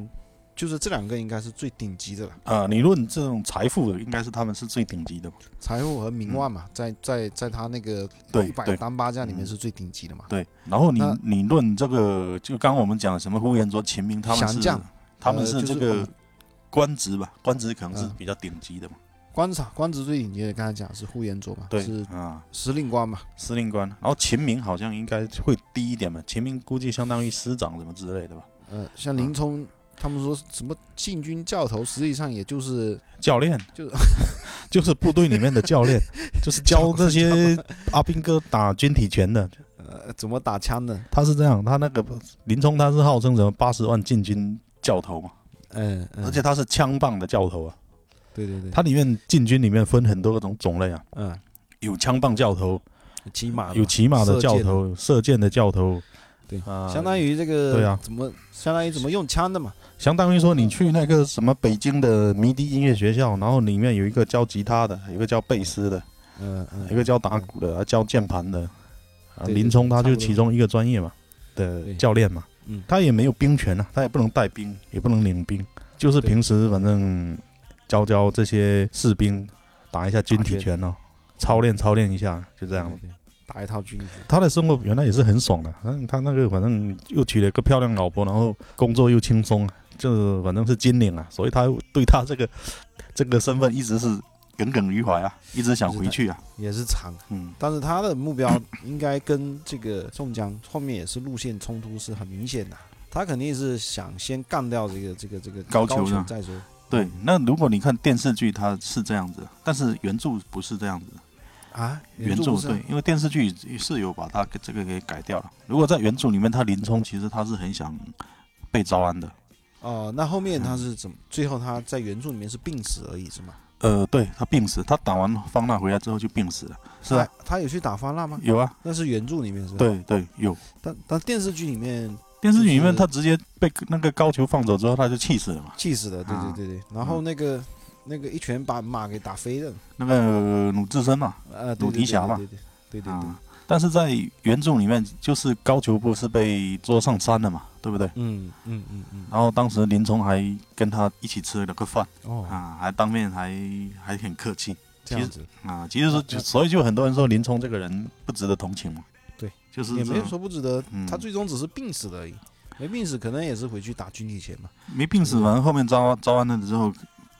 Speaker 2: 就是这两个应该是最顶级的了，
Speaker 1: 啊、你论这种财富的，应该是他们是最顶级的。
Speaker 2: 财富和名望嘛，在在在他那个
Speaker 1: 嗯对
Speaker 2: 一百
Speaker 1: 对嗯
Speaker 2: 单八将里面是最顶级的嘛。
Speaker 1: 对，然后你
Speaker 2: 那
Speaker 1: 你论这个，就刚刚我们讲什么呼延灼、秦明，他们
Speaker 2: 降
Speaker 1: 是
Speaker 2: 将
Speaker 1: 他们
Speaker 2: 呃
Speaker 1: 是
Speaker 2: 就
Speaker 1: 这
Speaker 2: 是我
Speaker 1: 个
Speaker 2: 们
Speaker 1: 官职吧，官职可能是
Speaker 2: 嗯
Speaker 1: 比较顶级的嘛。
Speaker 2: 官场官职最顶级的，刚才讲是呼延灼嘛，
Speaker 1: 对
Speaker 2: 是
Speaker 1: 啊，
Speaker 2: 司令官嘛，
Speaker 1: 司令官，然后秦明好像应该会低一点吧，秦明估计相当于师长什么之类的吧，
Speaker 2: 呃，像
Speaker 1: 嗯
Speaker 2: 林冲。他们说什么禁军教头，实际上也就是
Speaker 1: 教练
Speaker 2: 就
Speaker 1: 就是部队里面的教练， 就是教这些阿兵哥打军体拳的。
Speaker 2: 呃怎么打枪的，
Speaker 1: 他是这样，他那个林冲他是号称什么八十万禁军教头嘛，
Speaker 2: 嗯，嗯
Speaker 1: 而且他是枪棒的教头啊。
Speaker 2: 对对对，
Speaker 1: 他里面禁军里面分很多种种类啊，
Speaker 2: 嗯，
Speaker 1: 有枪棒教头，
Speaker 2: 骑马
Speaker 1: 有骑马的
Speaker 2: 射箭
Speaker 1: 教
Speaker 2: 的
Speaker 1: 头，射箭的教头，
Speaker 2: 对
Speaker 1: 啊，
Speaker 2: 相当于这个
Speaker 1: 对啊
Speaker 2: 怎么相当于怎么用枪的嘛，
Speaker 1: 相当于说你去那个什么北京的迷笛音乐学校，然后里面有一个教吉他的，有一个教贝斯的，
Speaker 2: 嗯嗯，
Speaker 1: 一个教打鼓的，教键盘的。啊，
Speaker 2: 对
Speaker 1: 林冲他就是
Speaker 2: 差不多
Speaker 1: 其中一个专业嘛
Speaker 2: 对
Speaker 1: 的教练嘛
Speaker 2: 嗯，
Speaker 1: 他也没有兵权啊，他也不能带兵，也不能领兵，就是
Speaker 2: 对
Speaker 1: 平时反正教教这些士兵打一下军体
Speaker 2: 打
Speaker 1: 拳哦，操练操练一下，就这样
Speaker 2: 对。对对打一套军服，
Speaker 1: 他的生活原来也是很爽的，反正他那个反正又娶了个漂亮老婆，然后工作又轻松，就反正是金领啊，所以他对他这个这个身份一直是耿耿于怀啊，一直想回去啊，
Speaker 2: 也是长，
Speaker 1: 嗯，
Speaker 2: 但是他的目标应该跟这个宋江后面也是路线冲突是很明显的，他肯定是想先干掉这个这个这个
Speaker 1: 高俅呢
Speaker 2: 俅再说，
Speaker 1: 对。那如果你看电视剧，它是这样子，但是原著不是这样子，
Speaker 2: 啊，
Speaker 1: 原
Speaker 2: 著
Speaker 1: 著
Speaker 2: 不是
Speaker 1: 对，因为电视剧是有把它给这个给改掉了。如果在原著里面，他林冲其实他是很想被招安的，
Speaker 2: 哦，那后面他
Speaker 1: 嗯
Speaker 2: 是怎么？最后他在原著里面是病死而已是吗？
Speaker 1: 呃，对他病死，他打完方腊回来之后就病死了，是啊，
Speaker 2: 他他有去打方腊吗？
Speaker 1: 有啊，
Speaker 2: 那是原著里面是吧？，
Speaker 1: 对对有。
Speaker 2: 但但电视剧里面
Speaker 1: 电视剧里
Speaker 2: 就是
Speaker 1: 面，他直接被那个高俅放走之后，他就气死了嘛。
Speaker 2: 气死了，对
Speaker 1: 啊
Speaker 2: 对对对。然后那个、那个一拳把马给打飞了，
Speaker 1: 那个鲁智深嘛，
Speaker 2: 呃，对
Speaker 1: 鲁
Speaker 2: 对
Speaker 1: 提辖嘛
Speaker 2: 对对对对对对
Speaker 1: 啊，但是在原著里面，就是高俅不是被捉上山了嘛，对不对？
Speaker 2: 嗯嗯嗯嗯，
Speaker 1: 然后当时林冲还跟他一起吃了个饭
Speaker 2: 哦，
Speaker 1: 啊，还当面还还很客气
Speaker 2: 这样子
Speaker 1: 啊。其实说，就所以就很多人说林冲这个人不值得同情嘛。
Speaker 2: 对，
Speaker 1: 就是
Speaker 2: 也
Speaker 1: 这
Speaker 2: 没有
Speaker 1: 种
Speaker 2: 说不值得，
Speaker 1: 嗯
Speaker 2: 他最终只是病死了而已，没病死可能也是回去打军体拳嘛，
Speaker 1: 没病死，反正后面招招安了之后，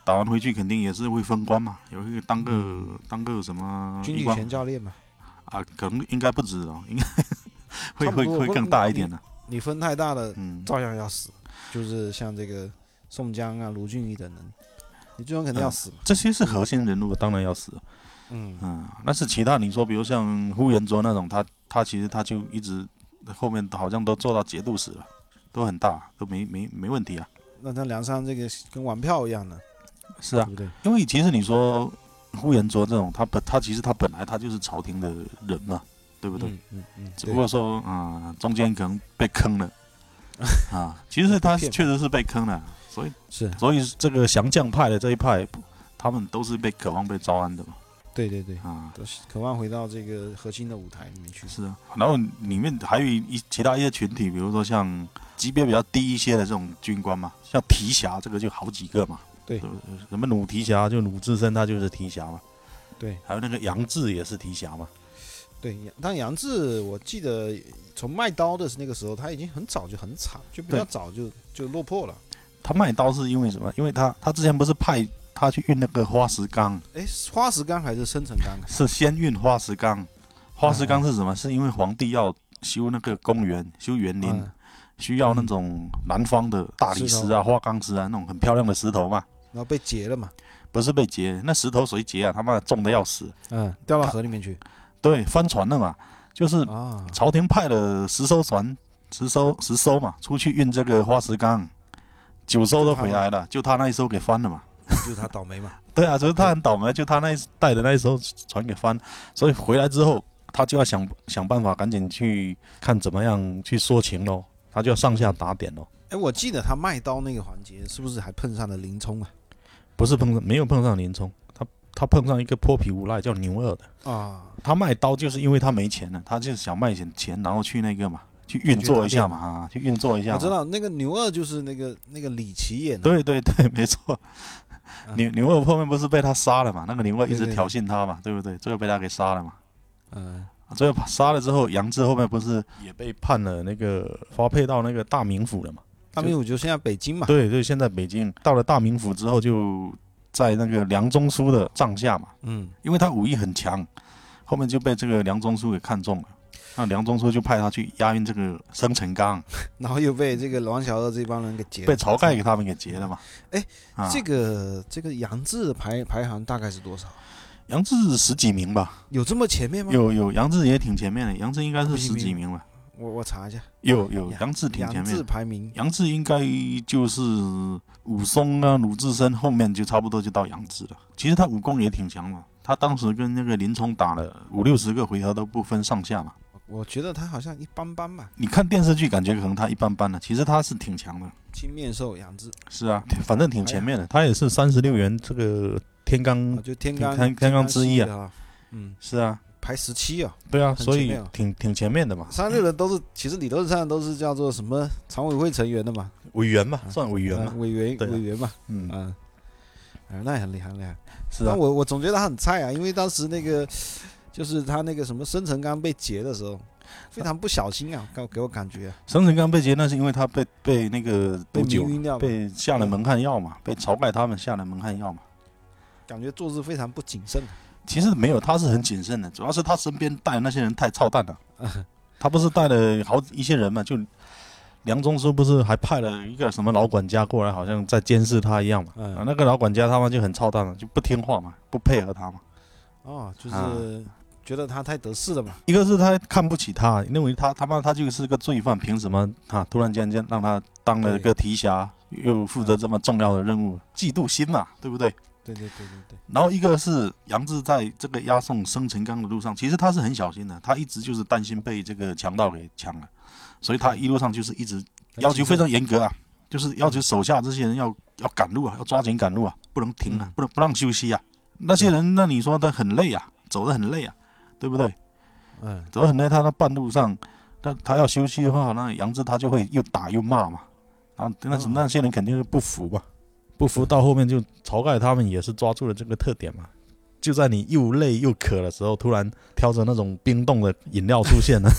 Speaker 1: 打完回去肯定也是会封官嘛，有一个当个、当个什么
Speaker 2: 嗯军
Speaker 1: 啊一
Speaker 2: 体
Speaker 1: 官
Speaker 2: 拳教练嘛，
Speaker 1: 啊，可能应该不止哦，应该会
Speaker 2: 差不
Speaker 1: 会
Speaker 2: 多
Speaker 1: 会
Speaker 2: 会
Speaker 1: 更大一点的。
Speaker 2: 你分太大了，
Speaker 1: 嗯，
Speaker 2: 照样要死，就是像这个宋江啊、卢俊义等人，你最终肯定要死嘛，
Speaker 1: 这些是核心人物，当然要死。
Speaker 2: 嗯
Speaker 1: 嗯，但是其他你说，比如像呼延灼那种，他他其实他就一直后面好像都做到节度使了，都很大，都没没没问题啊。
Speaker 2: 那他梁山这个跟玩票一样的，
Speaker 1: 是
Speaker 2: 对
Speaker 1: 啊，
Speaker 2: 不对？
Speaker 1: 因为其实你说呼延灼这种，他本他其实他本来他就是朝廷的人嘛，对不对？
Speaker 2: 嗯嗯嗯，
Speaker 1: 只不过说啊、中间可能被坑 了啊，其实他
Speaker 2: 被骗
Speaker 1: 确实是被坑了，所以。
Speaker 2: 对是
Speaker 1: 所以这个降将派的这一派，他们都是被渴望被招安的嘛。
Speaker 2: 对对对，
Speaker 1: 啊，
Speaker 2: 都是渴望回到这个核心的舞台里面去。
Speaker 1: 是啊。然后里面还有一其他一些群体，比如说像级别比较低一些的这种军官嘛，像提辖这个就好几个嘛，
Speaker 2: 对
Speaker 1: 对不对什么弩提辖就弩自身他就是提辖嘛，
Speaker 2: 对
Speaker 1: 还有那个杨志也是提辖嘛，
Speaker 2: 对，杨但杨志，我记得从卖刀的那个时候，他已经很早就很惨，就比较
Speaker 1: 对
Speaker 2: 早就就落魄了。
Speaker 1: 他卖刀是因为什么？因为他他之前不是派他去运那个花石纲，
Speaker 2: 哎，花石纲还是生辰纲啊？
Speaker 1: 是先运花石纲。花石纲是什么？是因为皇帝要修那个公园、修园林，
Speaker 2: 嗯
Speaker 1: 需要那种南方的大理石
Speaker 2: 石
Speaker 1: 啊、
Speaker 2: 头
Speaker 1: 花岗石啊那种很漂亮的石头嘛。
Speaker 2: 然后被劫了嘛，
Speaker 1: 不是被劫，那石头谁劫啊？他妈的重的要死。
Speaker 2: 嗯，掉到河里面去
Speaker 1: 对，翻船了嘛，就是
Speaker 2: 啊，
Speaker 1: 朝廷派了十艘船，十艘十艘嘛，出去运这个花石纲，九艘都回来了，就他那一艘给翻了嘛。
Speaker 2: 就是他倒霉嘛。
Speaker 1: 对啊，所以他很倒霉，就他那一带的那一艘船给翻，所以回来之后，他就要想想办法，赶紧去看怎么样去说情喽，他就要上下打点喽。
Speaker 2: 哎，我记得他卖刀那个环节，是不是还碰上了林冲啊？
Speaker 3: 不是碰上，没有碰上林冲，他他碰上一个泼皮无赖叫牛二的，
Speaker 2: 啊，
Speaker 1: 他卖刀就是因为他没钱了，他就是想卖点钱，然后去那个嘛，去运作一下嘛，啊，去运作一下嘛。
Speaker 2: 我知道那个牛二就是那个那个李琦演的，
Speaker 1: 对对对， 没错。牛牛二后面不是被他杀了嘛？那个牛二一直
Speaker 2: 嗯对对
Speaker 1: 挑衅他嘛，对不对？最后被他给杀了嘛。
Speaker 2: 嗯，
Speaker 1: 最后杀了之后，杨志后面不是
Speaker 3: 也被判了那个发配到那个大名府了嘛。
Speaker 2: 大明武就现在北京嘛，
Speaker 1: 对对，现在北京到了大名府之后，就在那个梁中书的帐下嘛，
Speaker 2: 嗯，
Speaker 1: 因为他武艺很强，后面就被这个梁中书给看中了。那梁中书就派他去押运这个生辰纲，
Speaker 2: 然后又被这个王小二这帮人给劫了，
Speaker 1: 被晁盖给他们给劫了嘛。
Speaker 2: 哎
Speaker 1: 啊，
Speaker 2: 这个这个杨志的排排行大概是多少？啊
Speaker 1: 杨志十几名吧，
Speaker 2: 有这么前面吗？，
Speaker 1: 有有杨志也挺前面的，杨志应该是十几名吧，
Speaker 2: 我我查一下，
Speaker 1: 有有
Speaker 2: 杨
Speaker 1: 杨志挺前
Speaker 2: 杨
Speaker 1: 面
Speaker 2: 志
Speaker 1: 的，
Speaker 2: 排名
Speaker 1: 杨志应该就是武松啊、鲁智深后面就差不多就到杨志了。其实他武功也挺强嘛，他当时跟那个林冲打了五六十个回合都不分上下嘛。
Speaker 2: 我觉得他好像一般般吧。
Speaker 1: 你看电视剧感觉可能他一般般了，其实他是挺强的。
Speaker 2: 青面兽杨志
Speaker 1: 是啊，挺反正挺前面的。
Speaker 3: 他也是三十六元这个天
Speaker 2: 啊
Speaker 1: 嗯
Speaker 3: 罡，，
Speaker 2: 就天罡
Speaker 1: 天天罡之一啊
Speaker 2: 的啊，嗯，
Speaker 1: 是啊，
Speaker 2: 排十七啊，
Speaker 3: 对啊，
Speaker 2: 很
Speaker 3: 所
Speaker 2: 前
Speaker 3: 以
Speaker 2: 面啊
Speaker 3: 挺挺前面的嘛，
Speaker 2: 三六的都是， 其实理论上都是叫做什么常委会成员的嘛，
Speaker 3: 委员嘛，算委员
Speaker 2: 啊
Speaker 3: 嘛，
Speaker 2: 委员
Speaker 3: 对啊
Speaker 2: 委员嘛，
Speaker 1: 嗯，
Speaker 2: 嗯，啊，那也很厉害很厉害。
Speaker 1: 是啊
Speaker 2: 但，我我总觉得他很菜啊，因为当时那个就是他那个什么生辰纲被劫的时候，非常不小心啊，给我给我感觉啊
Speaker 1: 生辰纲被劫那是因为他被被那个
Speaker 2: 被
Speaker 1: 毒
Speaker 2: 迷
Speaker 1: 酒
Speaker 2: 晕掉了，
Speaker 1: 啊被下了蒙汗药嘛，被晁盖他们下了蒙汗药嘛。
Speaker 2: 感觉做事非常不谨慎。
Speaker 1: 其实没有，他是很谨慎的，主要是他身边带的那些人太操蛋了。他不是带了好一些人嘛，就梁中书不是还派了一个什么老管家过来，好像在监视他一样嘛。啊，
Speaker 2: 嗯，
Speaker 1: 那个老管家他们就很操蛋了，就不听话嘛，不配合他嘛。
Speaker 2: 哦，就
Speaker 1: 啊
Speaker 2: 是觉得他太得势了嘛，
Speaker 1: 一个是他看不起他，认为他他妈他就是个罪犯，凭什么啊？突然间间让他当了个提辖，又负责这么重要的任务，嫉妒心嘛，对不对？
Speaker 2: 对对对对对，
Speaker 1: 然后一个是杨志在这个押送生辰纲的路上，其实他是很小心的，他一直就是担心被这个强盗给抢了，所以他一路上就是一直要求非常严格啊，就是要求手下这些人要要赶路啊，要抓紧赶路啊，不能停啊
Speaker 2: 嗯，
Speaker 1: 不能不让休息啊。那些人，那你说他很累啊，走得很累啊，对不对？
Speaker 2: 嗯，
Speaker 1: 走得很累，他在半路上，他他要休息的话，那杨志他就会又打又骂嘛，然后那
Speaker 2: 嗯
Speaker 1: 那些人肯定是不服嘛。
Speaker 3: 不服到后面就晁盖他们也是抓住了这个特点嘛，就在你又累又渴的时候，突然挑着那种冰冻的饮料出现 了，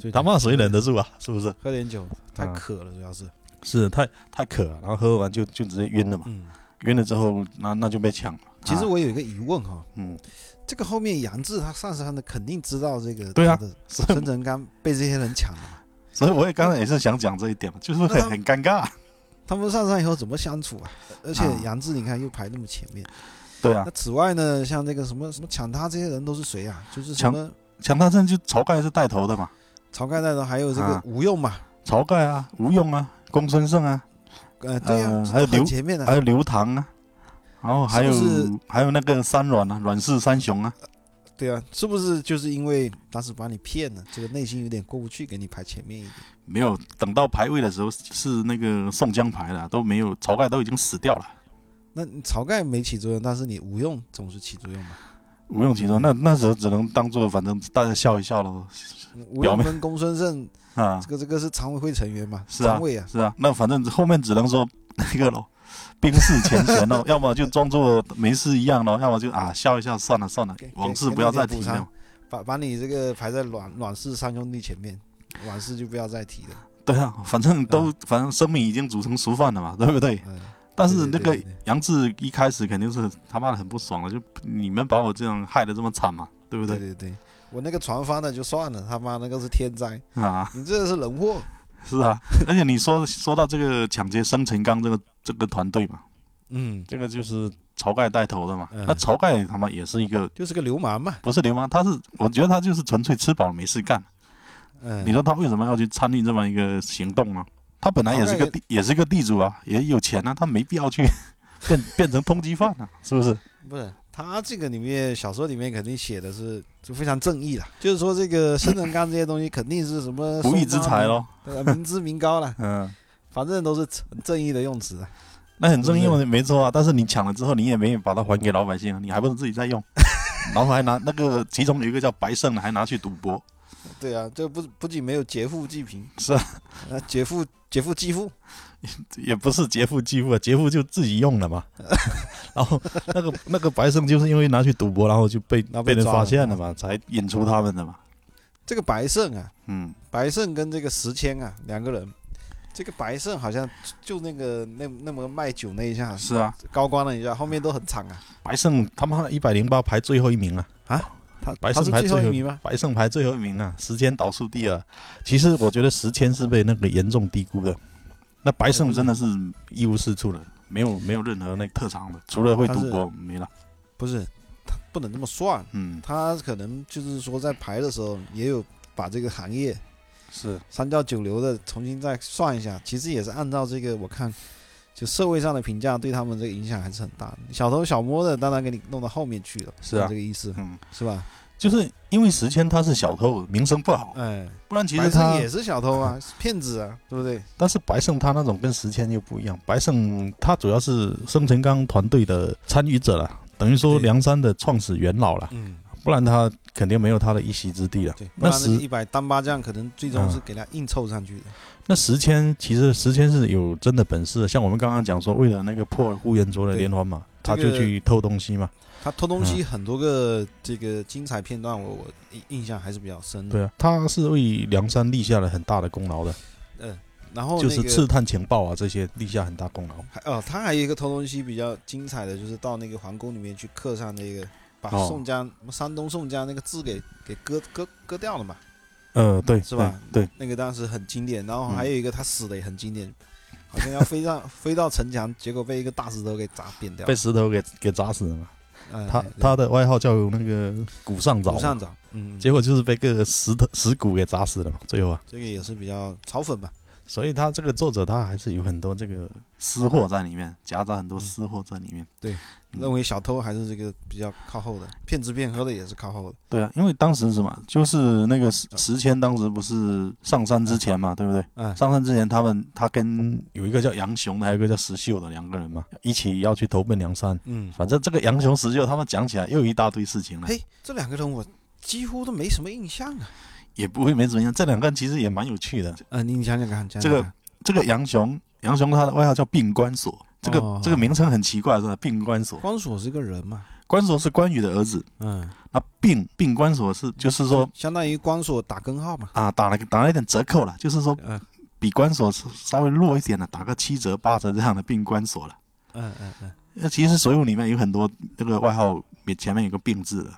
Speaker 2: 所以
Speaker 3: 他妈谁忍得住啊？是不是？
Speaker 2: 喝点酒太
Speaker 3: 啊
Speaker 2: 渴了，主要是，
Speaker 3: 是太太渴了，然后喝完就就直接晕了嘛，
Speaker 2: 嗯，
Speaker 1: 晕了之后，那那就被抢了。
Speaker 2: 其实
Speaker 1: 啊
Speaker 2: 我有一个疑问哈，
Speaker 1: 嗯，
Speaker 2: 这个后面杨志他上上的肯定知道这个，
Speaker 1: 对啊，所以
Speaker 2: 生辰纲被这些人抢了嘛，
Speaker 1: 所以我也刚才也是想讲这一点嘛，就是
Speaker 2: 那
Speaker 1: 很
Speaker 2: 他
Speaker 1: 很尴尬。
Speaker 2: 他们上山以后怎么相处啊？而且
Speaker 1: 啊
Speaker 2: 杨志你看又排那么前面，
Speaker 1: 对啊
Speaker 2: 那，此外呢，像那个什么什么抢他这些人都是谁啊？就是什
Speaker 1: 抢
Speaker 2: 么
Speaker 1: 强大症就晁盖是带头的嘛，
Speaker 2: 晁盖带头，还有这个
Speaker 1: 啊
Speaker 2: 吴用嘛，
Speaker 1: 晁盖啊，吴用啊，公孙胜啊，
Speaker 2: 呃，对呀、
Speaker 1: 呃
Speaker 2: 这
Speaker 1: 还有
Speaker 2: 都很
Speaker 1: 刘
Speaker 2: 前面的
Speaker 1: 还有刘唐啊，然后还有
Speaker 2: 是不
Speaker 1: 还有那个三阮啊，阮氏三雄啊，
Speaker 2: 对啊，是不是就是因为当时把你骗了，这个内心有点过不去，给你排前面一点？
Speaker 1: 没有等到排位的时候是那个宋江排的，啊都没有，晁盖都已经死掉了。
Speaker 2: 那你晁盖没起作用，但是你吴用总是起作用嘛？
Speaker 1: 无用其说，那那时候只能当做反正大家笑一笑喽
Speaker 2: 吴
Speaker 1: 表
Speaker 2: 用
Speaker 1: 妹
Speaker 2: 跟龚孙胜
Speaker 1: 啊
Speaker 2: 这，个这个是常委会成员嘛，
Speaker 1: 是啊
Speaker 2: 常委啊，
Speaker 1: 是啊，那反正后面只能说那个 喽，冰释前嫌喽，要么就装作没事一样喽，要么就啊笑一笑算了算了
Speaker 2: 给，给
Speaker 1: 往事不要再提
Speaker 2: 给他们
Speaker 1: 了
Speaker 2: 点。把把你这个排在阮阮氏三兄弟前面，阮氏就不要再提了。
Speaker 1: 对啊，反正都、反正生米已经煮成熟饭了嘛，对不对？
Speaker 2: 嗯，
Speaker 1: 但是那
Speaker 2: 对
Speaker 1: 个
Speaker 2: 对对
Speaker 1: 杨志一开始肯定是他妈的很不爽了，就你们把我这样害得这么惨嘛，对不
Speaker 2: 对
Speaker 1: 对？
Speaker 2: 对对，我那个船翻了就算了，他妈那个是天灾，
Speaker 1: 啊，
Speaker 2: 你这个是人祸。
Speaker 1: 是啊，而且你说说到这个抢劫生辰纲这个这个团队嘛，
Speaker 2: 嗯，
Speaker 1: 这个就是晁盖带头的嘛，
Speaker 2: 嗯
Speaker 1: 那晁盖他妈也是一个
Speaker 2: 就是个流氓嘛。
Speaker 1: 不是流氓，他是我觉得他就是纯粹吃饱了没事干。
Speaker 2: 嗯，
Speaker 1: 你说他为什么要去参与这么一个行动呢？他本来也是个地，也是个地主啊，也有钱啊，他没必要去 变变成通缉犯啊，是不是？
Speaker 2: 不是，他这个里面小说里面肯定写的是就非常正义了，就是说这个生辰纲这些东西肯定是什么
Speaker 1: 不义之财
Speaker 2: 了，
Speaker 1: 咯，
Speaker 2: 对啊民脂民膏了，
Speaker 1: 嗯，
Speaker 2: 反正都是很正义的用词啊。
Speaker 1: 那很正义
Speaker 2: 是不
Speaker 1: 嘛，没错啊。但是你抢了之后，你也没把它还给老百姓啊，你还不能自己再 用，然后还拿那个，其中有一个叫白胜的，还拿去赌博，
Speaker 2: 对啊，这不不仅没有劫富济贫，
Speaker 1: 是啊，
Speaker 2: 啊，劫富劫富济富，
Speaker 1: 也不是劫富济富啊，劫富就自己用了 嘛。然后那个那个白胜就是因为拿去赌博，然后就被
Speaker 2: 然后被
Speaker 1: 被人
Speaker 2: 抓了
Speaker 1: 发现了嘛，才引出他们的嘛。
Speaker 2: 这个白胜啊，
Speaker 1: 嗯，
Speaker 2: 白胜跟这个石谦啊两个人，这个白胜好像就那个那那么卖酒那一下
Speaker 1: 是啊，
Speaker 2: 高光了一下，后面都很惨啊。
Speaker 1: 白胜他妈的一百零八排最后一名啊，
Speaker 2: 他
Speaker 1: 白
Speaker 2: 他
Speaker 1: 胜
Speaker 2: 是
Speaker 1: 排
Speaker 2: 最后
Speaker 1: 最
Speaker 2: 一
Speaker 1: 后
Speaker 2: 名吗？
Speaker 1: 白胜排最后一名啊，时间倒数第二。其实我觉得时间是被那个严重低估的，那白胜真的是一无是处了，没有没有任何那个特长的，除了会赌博没了。
Speaker 2: 不是，他不能这么算，
Speaker 1: 嗯，
Speaker 2: 他可能就是说在排的时候也有把这个行业
Speaker 1: 是
Speaker 2: 三教九流的重新再算一下，其实也是按照这个我看。就社会上的评价对他们这个影响还是很大的，小偷小摸的当然给你弄到后面去了，
Speaker 1: 是啊
Speaker 2: 这个意思
Speaker 1: 嗯，
Speaker 2: 是吧？
Speaker 1: 就是因为时间他是小偷，名声不好，
Speaker 2: 哎，
Speaker 1: 不然其
Speaker 2: 白
Speaker 1: 实
Speaker 2: 胜
Speaker 1: 他
Speaker 2: 也是小偷啊，是骗子啊，对不对？
Speaker 1: 但是白胜他那种跟时迁又不一样，白胜他主要是生辰纲团队的参与者了，等于说
Speaker 2: 对
Speaker 1: 梁山的创始元老了，
Speaker 2: 嗯，
Speaker 1: 不然他肯定没有他的一席之地了。
Speaker 2: 对，不
Speaker 1: 啊那
Speaker 2: 然
Speaker 1: 时啊
Speaker 2: 一百单八将可能最终是给他硬凑上去的。
Speaker 1: 那时迁其实时迁是有真的本事的，像我们刚刚讲说，为了那个破呼延灼的连环马，
Speaker 2: 对
Speaker 1: 他
Speaker 2: 这
Speaker 1: 就
Speaker 2: 个
Speaker 1: 去偷东西嘛。
Speaker 2: 他偷东西很多个这个精彩片段，我我印印象还是比较深的。
Speaker 1: 对啊，他是为梁山立下了很大的功劳的，
Speaker 2: 嗯，然后
Speaker 1: 就
Speaker 2: 那
Speaker 1: 是
Speaker 2: 个
Speaker 1: 刺探情报啊这些立下很大功劳。
Speaker 2: 还哦，他还有一个偷东西比较精彩的，就是到那个皇宫里面去刻上那个，把
Speaker 1: 哦
Speaker 2: 宋江、山东宋江那个字给给割割割掉了嘛，
Speaker 1: 呃，对，
Speaker 2: 是吧
Speaker 1: 对，对
Speaker 2: 那个当时很经典。然后还有一个他死的也很经典，好像要飞上飞到城墙，结果被一个大石头给砸扁掉
Speaker 1: 被。石头给给砸死了嘛。
Speaker 2: 嗯
Speaker 1: 他
Speaker 2: 对对
Speaker 1: 他的外号叫那个哎古上
Speaker 2: 骨
Speaker 1: 凿，
Speaker 2: 上长，嗯，
Speaker 1: 结果就是被个石头石骨给砸死了嘛。最后啊，
Speaker 2: 这个也是比较嘲讽吧。
Speaker 1: 所以他这个作者他还是有很多这个私货在里面，夹杂很多私货在里面。嗯
Speaker 2: 认为小偷还是这个比较靠后的，骗吃骗喝的也是靠后的。
Speaker 1: 对啊，因为当时什么，就是那个石石谦当时不是上山之前嘛，对不对？
Speaker 2: 嗯，
Speaker 1: 上山之前，他们他跟有一个叫杨雄的，还有一个叫石秀的两个人嘛，一起要去投奔梁山。
Speaker 2: 嗯，
Speaker 1: 反正这个杨雄、石秀，他们讲起来又一大堆事情了，
Speaker 2: 嘿，这两个人我几乎都没什么印象啊。
Speaker 1: 也不会没怎么样。这两个人其实也蛮有趣的。
Speaker 2: 嗯，你讲讲看，讲讲看
Speaker 1: 这个这个杨雄，杨雄他的外号叫病关索，这个、
Speaker 2: 哦
Speaker 1: 这个名称很奇怪，是吧？病关索，
Speaker 2: 光锁是个人嘛，
Speaker 1: 关索是关羽的儿子，
Speaker 2: 嗯，
Speaker 1: 那病病关索是就是说
Speaker 2: 相当于光锁打根号嘛。
Speaker 1: 啊，打了个打了一点折扣了，就是说
Speaker 2: 嗯
Speaker 1: 比关索是稍微弱一点的，打个七折八折这样的病关索了。
Speaker 2: 嗯嗯嗯，
Speaker 1: 那其实《水浒》里面有很多那个外号，前面有个“病”字的，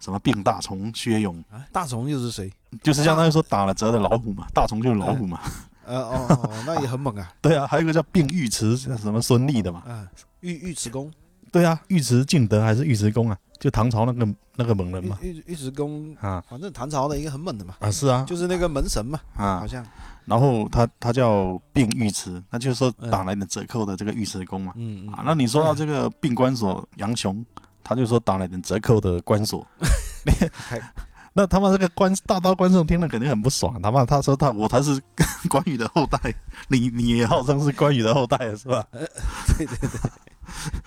Speaker 1: 什么“病大虫”、“薛勇
Speaker 2: 啊，大虫又是谁？”，
Speaker 1: 就是相当于说打了折的老虎嘛，大虫就是老虎嘛。
Speaker 2: 呃哦哦， 哦那也很猛啊。
Speaker 1: 对啊，还有一个叫“病尉迟”，什么孙立的嘛。
Speaker 2: 嗯，尉尉迟恭，
Speaker 1: 对啊，尉迟敬德还是尉迟恭啊，就唐朝那个那个猛人
Speaker 2: 尉
Speaker 1: 嘛。
Speaker 2: 尉尉迟恭，
Speaker 1: 啊
Speaker 2: 反正唐朝的一个很猛的嘛，
Speaker 1: 啊是啊
Speaker 2: 就是那个门神嘛，好
Speaker 1: 啊，
Speaker 2: 像。
Speaker 1: 然后他他叫“病尉迟”，那就是说
Speaker 2: 嗯
Speaker 1: 打了一点折扣的这个尉迟恭嘛。
Speaker 2: 嗯
Speaker 1: 啊，那你说到这个病关索杨雄，他就说打了点折扣的关索，那他妈这个关大刀关胜听了肯定很不爽，他妈他说他我才是关羽的后代，你你也号称是关羽的后代是吧？
Speaker 2: 对对对，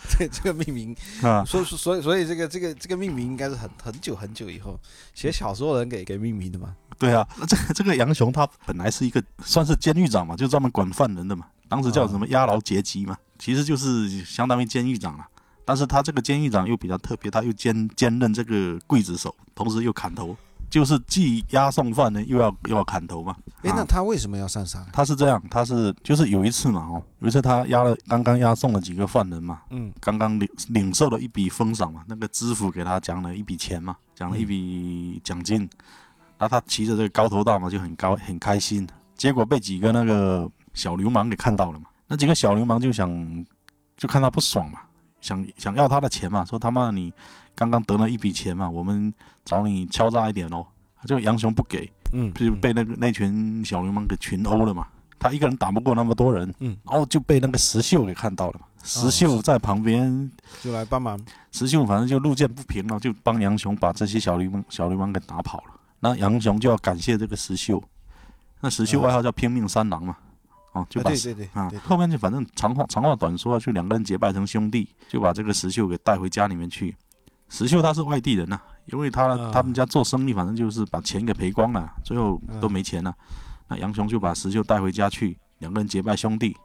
Speaker 2: 这这个命名，
Speaker 1: 啊，
Speaker 2: 所以所以所以这个这个这个命名应该是很很久很久以后写小说的人给给命名的嘛。
Speaker 1: 对啊，那这个 这个杨雄他本来是一个算是监狱长嘛，就专门管犯人的嘛，当时叫什么押牢劫机嘛，其实就是相当于监狱长了。啊但是他这个监狱长又比较特别，他又兼兼任这个刽子手，同时又砍头，就是既押送犯人又要又要砍头嘛。
Speaker 2: 诶，
Speaker 1: 啊
Speaker 2: 那他为什么要上山？啊
Speaker 1: 他是这样，他是就是有一次嘛，哦，有一次他押了刚刚押送了几个犯人嘛，
Speaker 2: 嗯，
Speaker 1: 刚刚领领受了一笔封赏嘛，那个知府给他奖了一笔钱嘛，奖了一笔奖金，然后他骑着这个高头大马就很高很开心，结果被几个那个小流氓给看到了嘛，那几个小流氓就想就看他不爽嘛，想想要他的钱嘛，说他妈你刚刚得了一笔钱嘛，我们找你敲诈一点哦，就杨雄不给，
Speaker 2: 嗯，
Speaker 1: 就被那个那群小流氓给群殴了嘛。他一个人打不过那么多人，
Speaker 2: 嗯，啊
Speaker 1: 然后就被那个石秀给看到了嘛。石秀在旁边，
Speaker 2: 就来帮忙。
Speaker 1: 石秀反正就路见不平了，就帮杨雄把这些小流氓小流氓给打跑了。那杨雄就要感谢这个石秀，那石秀
Speaker 2: 嗯
Speaker 1: 外号叫拼命三郎嘛，哦，就
Speaker 2: 啊
Speaker 1: 把
Speaker 2: 对对对
Speaker 1: 啊
Speaker 2: 对，，
Speaker 1: 后面就反正长话长话短说啊，就两个人结拜成兄弟，就把这个石秀给带回家里面去。石秀他是外地人呐、因为他、
Speaker 2: 啊
Speaker 1: 他们家做生意，反正就是把钱给赔光了，最后
Speaker 2: 嗯
Speaker 1: 都没钱了。那杨雄就把石秀带回家去，两个人结拜兄弟。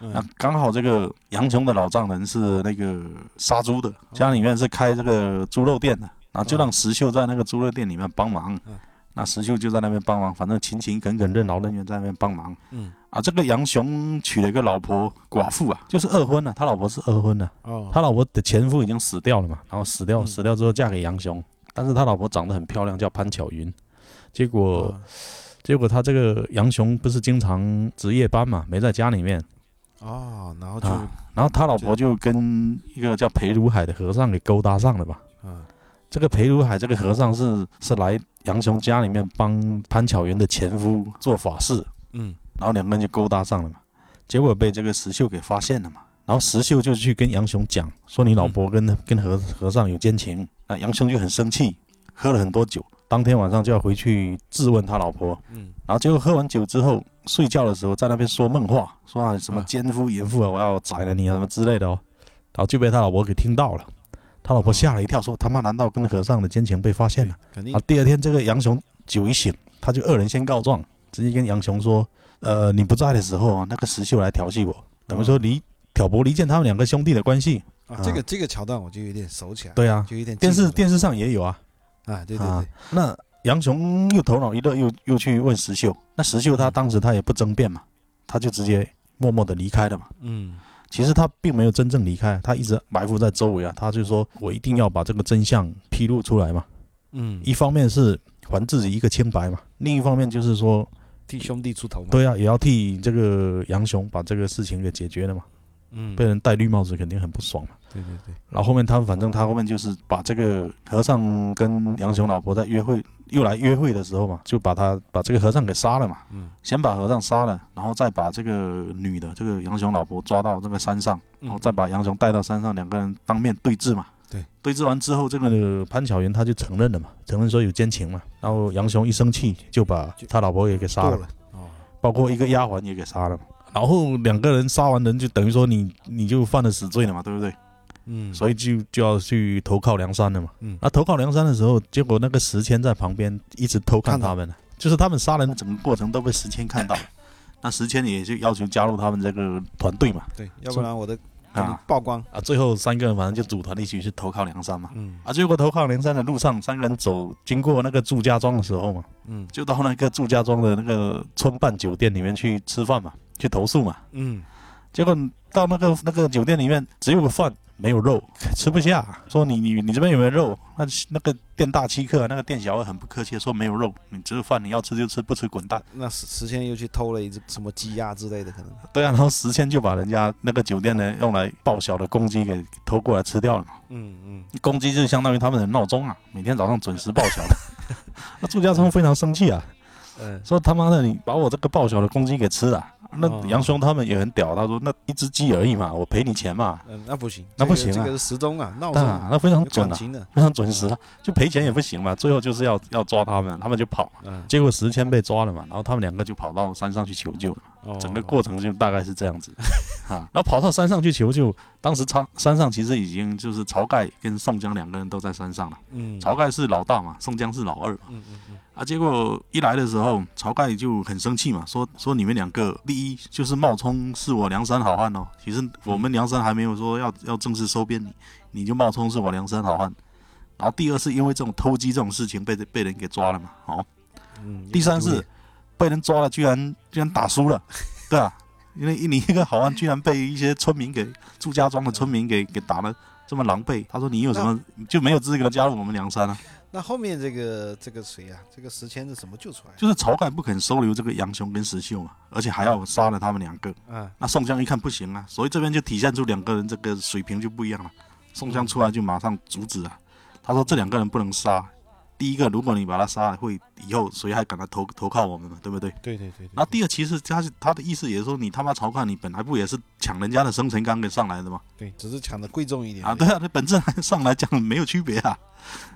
Speaker 1: 那
Speaker 2: 嗯
Speaker 1: 刚好这个杨雄的老丈人是那个杀猪
Speaker 2: 哦
Speaker 1: 的，家里面是开这个猪肉店的，然后就让石秀在那个猪肉店里面帮忙
Speaker 2: 嗯。
Speaker 1: 那石秀就在那边帮忙，反正勤勤恳恳、任劳任怨在那边帮忙。
Speaker 2: 嗯，
Speaker 1: 啊，这个杨雄娶了一个老婆寡妇啊，就是二婚了、他老婆是二婚了、啊
Speaker 2: 哦，
Speaker 1: 他老婆的前夫已经死掉了嘛，然后死掉
Speaker 2: 嗯
Speaker 1: 死掉之后嫁给杨雄，但是他老婆长得很漂亮，叫潘巧云。结果、
Speaker 2: 啊
Speaker 1: 结果他这个杨雄不是经常值夜班嘛，没在家里面，
Speaker 2: 哦，然后就
Speaker 1: 啊然后他老婆就跟一个叫裴如海的和尚给勾搭上了吧。
Speaker 2: 嗯
Speaker 1: 这个裴如海这个和尚是是来杨雄家里面帮潘巧云的前夫做法事，
Speaker 2: 嗯
Speaker 1: 然后两个人就勾搭上了嘛，结果被这个石秀给发现了嘛，然后石秀就去跟杨雄讲说你老婆跟、跟和和尚有奸情，那杨雄就很生气，喝了很多酒，当天晚上就要回去质问他老婆，
Speaker 2: 嗯
Speaker 1: 然后结果喝完酒之后睡觉的时候在那边说梦话，说啊什么
Speaker 2: 啊
Speaker 1: 奸夫淫妇啊，我要宰了你啊什么之类的哦，然后就被他老婆给听到了，他老婆吓了一跳，说他妈难道跟和尚的奸情被发现了？
Speaker 2: 肯定
Speaker 1: 啊，第二天这个杨雄酒一醒，他就恶人先告状，直接跟杨雄说：“呃，你不在的时候啊，那个石秀来调戏我，等于说离挑拨离间他们两个兄弟的关系。
Speaker 2: 啊，这个这个桥段我就有点熟起来”，
Speaker 1: 对啊，
Speaker 2: 就有点
Speaker 1: 电视
Speaker 2: 记
Speaker 1: 电视上也有啊。
Speaker 2: 得了啊，对对
Speaker 1: 啊
Speaker 2: 对，
Speaker 1: 那杨雄又头脑一热，又又去问石秀。那石秀他当时他也不争辩嘛，他就直接默默的离开了嘛。
Speaker 2: 嗯
Speaker 1: 其实他并没有真正离开，他一直埋伏在周围啊。他就说我一定要把这个真相披露出来嘛。
Speaker 2: 嗯，
Speaker 1: 一方面是还自己一个清白嘛，另一方面就是说
Speaker 2: 替兄弟出头嘛，，
Speaker 1: 对啊，也要替这个杨雄把这个事情给解决了嘛。
Speaker 2: 嗯，
Speaker 1: 被人戴绿帽子肯定很不爽嘛。
Speaker 2: 对对对，
Speaker 1: 然后后面他反正他后面就是把这个和尚跟杨雄老婆在约会又来约会的时候嘛，就把他把这个和尚给杀了嘛。
Speaker 2: 嗯，
Speaker 1: 先把和尚杀了，然后再把这个女的这个杨雄老婆抓到这个山上，然
Speaker 2: 哦
Speaker 1: 后再把杨雄带到山上，两个人当面对质嘛。
Speaker 2: 对，
Speaker 1: 嗯对质完之后，这个潘巧云她就承认了嘛，承认说有奸情嘛。然后杨雄一生气就把他老婆也给杀
Speaker 2: 过
Speaker 1: 了。
Speaker 2: 了哦，
Speaker 1: 包括一个丫鬟也给杀了嘛。然后两个人杀完人，就等于说你你就犯了死罪了嘛，对不对？
Speaker 2: 嗯，
Speaker 1: 所以就就要去投靠梁山了嘛。
Speaker 2: 嗯
Speaker 1: 那投靠梁山的时候，结果那个石谦在旁边一直偷看
Speaker 2: 看到
Speaker 1: 他们呢，就是他们杀人的整个过程都被石谦 看到了。那石谦也就要求加入他们这个团队嘛。
Speaker 2: 对，要不然我的给你
Speaker 1: 啊
Speaker 2: 曝光，
Speaker 1: 啊，最后三个人反正就组团一起去投靠梁山嘛。
Speaker 2: 嗯
Speaker 1: 啊，结果投靠梁山的路上，三个人走经过那个祝家庄的时候嘛，
Speaker 2: 嗯
Speaker 1: 就到那个祝家庄的那个村办酒店里面去吃饭嘛，去投诉嘛。
Speaker 2: 嗯，
Speaker 1: 结果到那个那个酒店里面，只有个饭没有肉，吃不下。说你你你这边有没有肉？那那个店大欺客，啊那个店小二很不客气，说没有肉，你只有饭，你要吃就吃，不吃滚蛋。
Speaker 2: 那石石谦又去偷了一只什么鸡鸭之类的，可能
Speaker 1: 对啊，然后石谦就把人家那个酒店的用来报晓的公鸡给偷过来吃掉了嘛。
Speaker 2: 嗯
Speaker 1: 公鸡就相当于他们的闹钟啊，每天早上准时报晓的。 那祝家聪非常生气啊，
Speaker 2: 嗯嗯，
Speaker 1: 说他妈的你把我这个报晓的公鸡给吃了。那
Speaker 2: 哦
Speaker 1: 杨雄他们也很屌，他说那一只鸡而已嘛，我赔你钱嘛。
Speaker 2: 嗯，那不行，
Speaker 1: 那
Speaker 2: 这
Speaker 1: 不
Speaker 2: 个
Speaker 1: 行啊
Speaker 2: 这个是时钟啊，闹钟
Speaker 1: 啊
Speaker 2: 啊，，
Speaker 1: 那非常
Speaker 2: 有
Speaker 1: 准
Speaker 2: 感
Speaker 1: 啊。
Speaker 2: 情的，
Speaker 1: 非常准时啊，就赔钱也不行嘛，最后就是要要抓他们，他们就跑嘛。
Speaker 2: 嗯，
Speaker 1: 结果石谦被抓了嘛，然后他们两个就跑到山上去求救了，
Speaker 2: 哦
Speaker 1: 整个过程就大概是这样子啊，然后跑到山上去求救。当时山山上其实已经就是晁盖跟宋江两个人都在山上了，
Speaker 2: 嗯
Speaker 1: 晁盖是老大嘛，宋江是老二嘛。
Speaker 2: 嗯嗯嗯，
Speaker 1: 啊，结果一来的时候，晁盖就很生气嘛，说说你们两个，第一就是冒充是我梁山好汉哦，其实我们梁山还没有说要要正式收编你，你就冒充是我梁山好汉。然后第二是因为这种偷鸡这种事情被被人给抓了嘛，哦，
Speaker 2: 嗯
Speaker 1: 第三是被人抓了，居然居然打输了，对啊，因为你一个好汉居然被一些村民给祝家庄的村民给给打了这么狼狈，他说你有什么就没有资格加入我们梁山啊？
Speaker 2: 那后面这个这个谁啊？这个石阡是怎么救出来的？
Speaker 1: 就是晁盖不肯收留这个杨雄跟石秀嘛，而且还要杀了他们两个。
Speaker 2: 嗯，
Speaker 1: 那宋江一看不行啊，所以这边就体现出两个人这个水平就不一样了。宋江出来就马上阻止啊，他说这两个人不能杀。第一个，如果你把他杀了，会以后谁还敢来投投靠我们嘛，对不对？
Speaker 2: 对对对对
Speaker 1: 然后第二，其实他是他的意思也是说，你他妈晁盖，你本来不也是抢人家的生辰纲给上来的吗？
Speaker 2: 对，只是抢的贵重一点
Speaker 1: 啊，对啊，那本质上来讲没有区别啊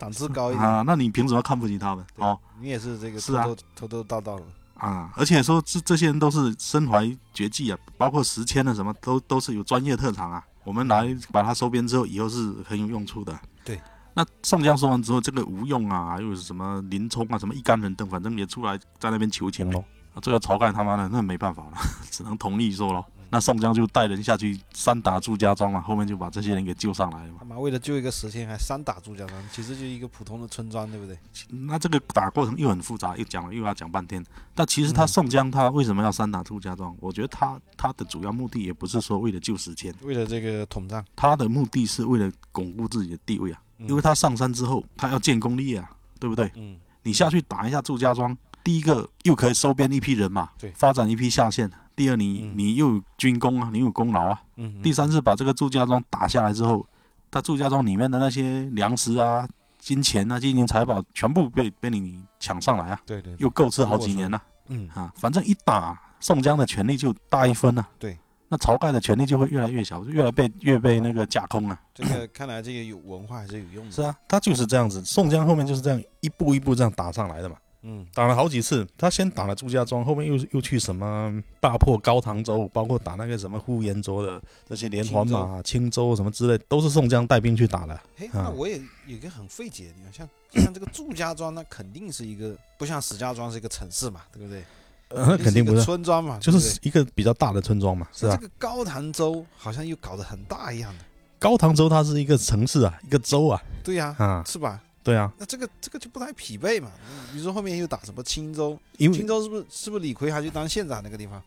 Speaker 2: 档次高一点。
Speaker 1: 啊，那你凭什么看不起他们？
Speaker 2: 对
Speaker 1: 哦，
Speaker 2: 你也是这个
Speaker 1: 是
Speaker 2: 偷
Speaker 1: 啊
Speaker 2: 偷偷偷道道的，
Speaker 1: 啊，而且说这这些人都是身怀绝技啊，包括石阡的什么都都是有专业特长啊。我们来把它收编之后，以后是很有用处的。
Speaker 2: 对，
Speaker 1: 那宋江说完之后，这个吴用啊，又是什么林冲啊，什么一干人等，反正也出来在那边求情喽。啊这个晁盖他妈的那没办法了， 只能同意说喽。那宋江就带人下去三打祝家庄嘛，啊后面就把这些人给救上来了嘛。
Speaker 2: 他妈为了救一个石阡还三打祝家庄，其实就一个普通的村庄，对不对？
Speaker 1: 那这个打过程又很复杂，又讲了又要讲半天。但其实
Speaker 2: 嗯
Speaker 1: 他宋江他为什么要三打祝家庄？我觉得他他的主要目的也不是说为了救时间，
Speaker 2: 为了这个统战，
Speaker 1: 他的目的是为了巩固自己的地位啊。
Speaker 2: 嗯
Speaker 1: 因为他上山之后，他要建功立业啊，对不对？
Speaker 2: 嗯，
Speaker 1: 你下去打一下祝家庄，第一个又可以收编一批人嘛，
Speaker 2: 对
Speaker 1: 发展一批下线。第二你，
Speaker 2: 嗯
Speaker 1: 你又有军功啊，你有功劳啊。
Speaker 2: 嗯
Speaker 1: 第三是把这个祝家庄打下来之后，他祝家庄里面的那些粮食啊、金钱啊、金银财宝全部被被你抢上来啊，
Speaker 2: 对对，
Speaker 1: 又够吃好几年了
Speaker 2: 嗯，
Speaker 1: 啊！反正一打，宋江的权力就大一分了、
Speaker 2: 对，
Speaker 1: 那晁盖的权力就会越来越小，就越来被越被那个架空了。
Speaker 2: 这 个看来这个有文化还是有用
Speaker 3: 是
Speaker 2: 的，嗯
Speaker 3: 啊，他就是这样子，宋江后面就是这样一步一步这样打上来的嘛。
Speaker 2: 嗯
Speaker 3: 打了好几次，他先打了祝家庄，后面又又去什么大破高唐州，包括打那个什么呼延灼的这些连环马啊、青州什么之类，都是宋江带兵去打的。
Speaker 2: 嘿，
Speaker 3: 啊
Speaker 2: 那我也有一个很费解的地方，像像这个祝家庄，那肯定是一个不像石家庄是一个城市嘛，对不对？
Speaker 3: 呃，那 肯定
Speaker 2: 是
Speaker 3: 不
Speaker 2: 一个
Speaker 3: 是，
Speaker 2: 村庄嘛，
Speaker 3: 就
Speaker 2: 对不
Speaker 3: 是一个比较大的村庄嘛，是
Speaker 2: 对
Speaker 3: 啊
Speaker 2: 这。个高唐州好像又搞得很大一样的，
Speaker 3: 高唐州它是一个城市啊，一个州啊，
Speaker 2: 对呀，
Speaker 3: 啊，
Speaker 2: 是吧？
Speaker 3: 对啊，
Speaker 2: 那这个这个就不太匹配嘛。嗯比如说后面又打什么青州，
Speaker 3: 因为
Speaker 2: 青州是不是是不是李逵还去当县长那个地方？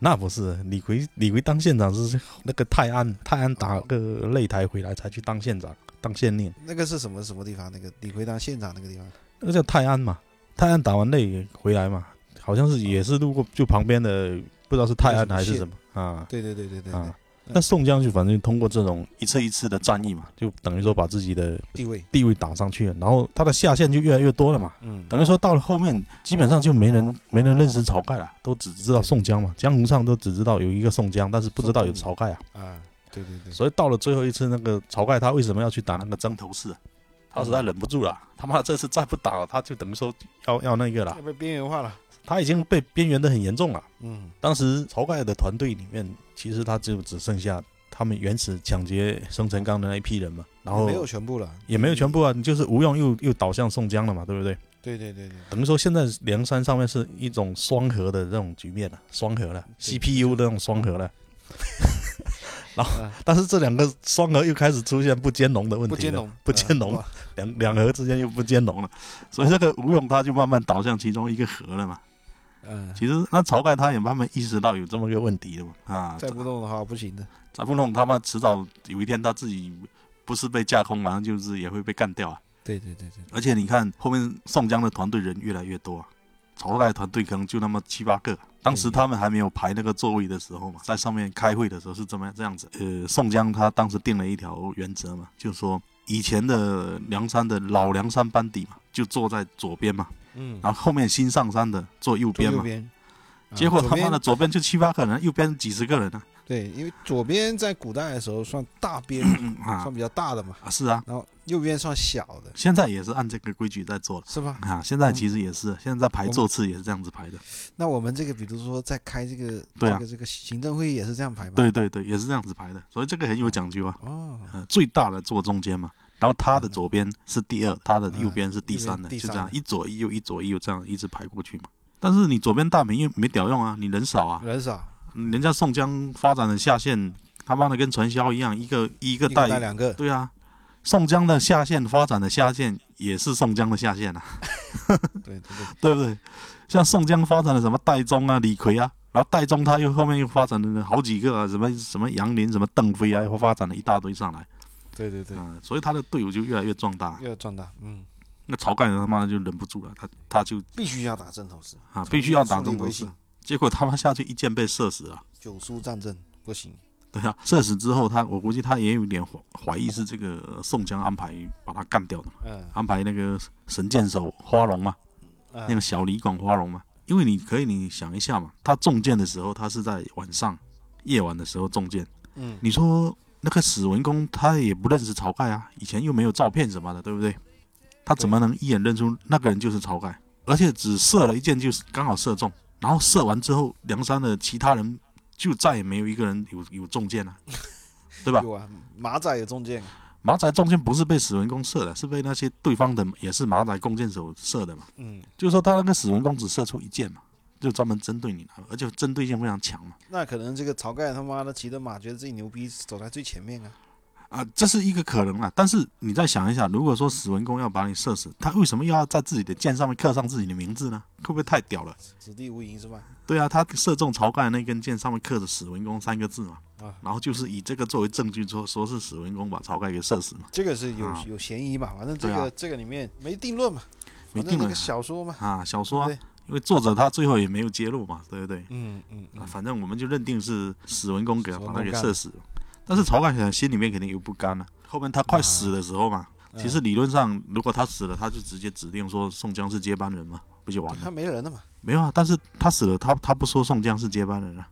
Speaker 3: 那不是李逵，李逵当县长是那个泰安，泰安打个擂台回来才去当县长，当县令，
Speaker 2: 那个是什么什么地方？那个李逵当县长那个地方？
Speaker 3: 那个叫泰安嘛。泰安打完擂回来嘛，好像
Speaker 2: 啊
Speaker 3: 是也是路过就旁边的，不知道是泰安还是什么啊
Speaker 2: 对对对对对对
Speaker 3: 啊，。那宋江就反正通过这种，
Speaker 1: 一次一次的战役嘛，
Speaker 3: 就等于说把自己的
Speaker 2: 地位，
Speaker 3: 地位打上去了，然后他的下线就越来越多了嘛。
Speaker 2: 嗯，
Speaker 1: 等
Speaker 3: 等于说到了后面，基本上就没人没人认识晁盖了，都只知道宋江嘛，江湖上都只知道有一个宋江，但是不知道有晁盖啊。
Speaker 2: 啊，对对对，
Speaker 3: 所以到了最后一次，那个晁盖他为什么要去打那
Speaker 1: 那
Speaker 3: 个
Speaker 1: 个曾头市啊，他实在忍不住了，他妈这次再不打了，他就等于说
Speaker 3: 要要那个了？
Speaker 2: 要被边缘化了。
Speaker 3: 他已经被边缘的很严重了。
Speaker 2: 嗯，
Speaker 3: 当时晁盖的团队里面，其实他就只剩下他们原始抢劫生辰纲的那一批人嘛，然后
Speaker 2: 没有全部了，
Speaker 3: 也没有全。部啊，你就是吴用又又倒向宋江了嘛，对不对？
Speaker 2: 对对对对，
Speaker 3: 等于说现在梁山上面是一种双核的这种局面
Speaker 1: 啊
Speaker 3: 了，双核了
Speaker 2: 对
Speaker 3: ，CPU 的那种双 核了。然后
Speaker 2: 啊，
Speaker 3: 但是这两个双核又开始出现不兼容的问题
Speaker 2: 不
Speaker 3: 了，
Speaker 2: 兼容，哦
Speaker 3: 不兼容
Speaker 2: 啊。
Speaker 3: 两两河之间又不兼容了，
Speaker 1: 所以这个吴用他就慢慢倒向其中一个河了嘛。
Speaker 2: 嗯，
Speaker 1: 其实那晁盖他也慢慢意识到有这么个问题的嘛，啊，
Speaker 2: 再不弄的话不行的。
Speaker 1: 再不弄他妈迟早有一天他自己不是被架空，马上就是也会被干掉啊。
Speaker 2: 对对对对，
Speaker 1: 而且你看后面宋江的团队人越来越多、啊，晁盖团队可能就那么七八个。当时他们还没有排那个座位的时候嘛，在上面开会的时候是怎么样这样子？呃，宋江他当时定了一条原则嘛，就说以前的梁山的老梁山班底嘛，就坐在左边嘛，
Speaker 2: 嗯，
Speaker 1: 然后后面新上山的坐右
Speaker 2: 坐
Speaker 1: 边
Speaker 2: 右
Speaker 1: 嘛。
Speaker 2: 边，啊
Speaker 1: 结果
Speaker 2: 左
Speaker 1: 他妈
Speaker 2: 边
Speaker 1: 的左边就七八个人，右边几十个人呢、啊
Speaker 2: 对，因为左边在古代的时候算大边，
Speaker 1: 啊
Speaker 2: 算比较大的嘛，
Speaker 1: 啊是啊，
Speaker 2: 然后右边算小的，
Speaker 1: 现在也是按这个规矩在做的
Speaker 2: 是吧？
Speaker 1: 啊，现在其实也是，现在排座次也是这样子排的，
Speaker 2: 那我们这个比如说在开这个
Speaker 1: 对啊
Speaker 2: 这个这个行政会议也是这样排嘛？
Speaker 1: 对对对，也是这样子排的，所以这个很有讲究啊，
Speaker 2: 哦，
Speaker 1: 呃，最大的坐中间嘛，然后他的左边是第二，他的右边是第三的，
Speaker 2: 嗯右边第
Speaker 1: 就
Speaker 2: 三
Speaker 1: 这样一左一右一左一右这样一直排过去嘛。但是你左边大没用没屌用啊，你人少啊，
Speaker 2: 人少，
Speaker 1: 人家宋江发展的下线他妈的跟传销一样，一个一个
Speaker 2: 一个
Speaker 1: 带
Speaker 2: 带两个，
Speaker 1: 对啊，宋江的下线发展的下线也是宋江的下线啊，
Speaker 2: 对对对，
Speaker 1: 对不对？像宋江发展了什么戴宗啊、李逵啊，然后戴宗他又后面又发展了好几个啊，什么什么杨林、什么邓飞啊，又发展了一大堆上来
Speaker 2: 对对对，
Speaker 1: 啊、所以他的队伍就越来越壮大。
Speaker 2: 又要壮大，嗯，
Speaker 1: 那晁盖他妈的就忍不住了，他他就
Speaker 2: 必须要打正头师，
Speaker 1: 啊必须要打
Speaker 2: 树
Speaker 1: 中
Speaker 2: 立
Speaker 1: 头
Speaker 2: 威
Speaker 1: 师
Speaker 2: 信，，
Speaker 1: 结果他妈下去一箭被射死了。
Speaker 2: 九叔战阵不行，
Speaker 1: 对啊，射死之后他，我估计他也有点怀怀疑是这个呃宋江安排把他干掉的嘛，
Speaker 2: 嗯，
Speaker 1: 安排那个神箭手花荣嘛，
Speaker 2: 那
Speaker 1: 那个小李广花荣嘛，因为你可以你想一下嘛，他中箭的时候，他是在晚上夜晚的时候中箭。
Speaker 2: 嗯，
Speaker 1: 你说那个史文恭他也不认识晁盖啊，以前又没有照片什么的，对不对？他怎么能一眼认出那个人就是晁盖？而且只射了一箭，就是刚好射中。然后射完之后，梁山的其他人就再也没有一个人有有中箭了、对吧？
Speaker 2: 有啊，马仔有中箭，
Speaker 1: 马仔中箭不是被史文恭射的，是被那些对方的也是马仔弓箭手射的嘛。
Speaker 2: 嗯，
Speaker 1: 就是说他那个死文公只射出一箭嘛，就专门针对你来的，而且针对性非常强嘛。
Speaker 2: 那可能这个晁盖他妈的骑着马，觉得自己牛逼，走在最前面啊，
Speaker 1: 啊，这是一个可能啊，但是你再想一想，如果说史文恭要把你射死，他为什么又要在自己的箭上面刻上自己的名字呢？会不会太屌了？
Speaker 2: 子弟无银是吧？
Speaker 1: 对啊，他射中晁盖那根箭上面刻着“史文恭”三个字嘛
Speaker 2: 啊，
Speaker 1: 然后就是以这个作为证据说说是史文恭把晁盖给射死嘛，
Speaker 2: 这个是有
Speaker 1: 啊
Speaker 2: 有嫌疑吧？反正这
Speaker 1: 对
Speaker 2: 个
Speaker 1: 啊
Speaker 2: 这个里面没定论嘛，
Speaker 1: 没
Speaker 2: 反正
Speaker 1: 定
Speaker 2: 那
Speaker 1: 论
Speaker 2: 个小说嘛，
Speaker 1: 啊。小说啊
Speaker 2: 对，
Speaker 1: 因为作者他最后也没有揭露嘛，对不对？
Speaker 2: 嗯嗯
Speaker 1: 啊，
Speaker 2: 嗯，
Speaker 1: 反正我们就认定是史文恭给他
Speaker 2: 史文
Speaker 1: 把
Speaker 2: 恭
Speaker 1: 他给
Speaker 2: 干
Speaker 1: 射
Speaker 2: 的
Speaker 1: 死了。但是晁盖想心里面肯定有不甘了、啊后面他快死的时候嘛，
Speaker 2: 嗯
Speaker 1: 其实理论上如果他死了，他就直接指定说宋江是接班人嘛，不就完
Speaker 2: 他
Speaker 1: 了？
Speaker 2: 没人了嘛，
Speaker 1: 没有啊，但是他死了，他他不说宋江是接班人啊，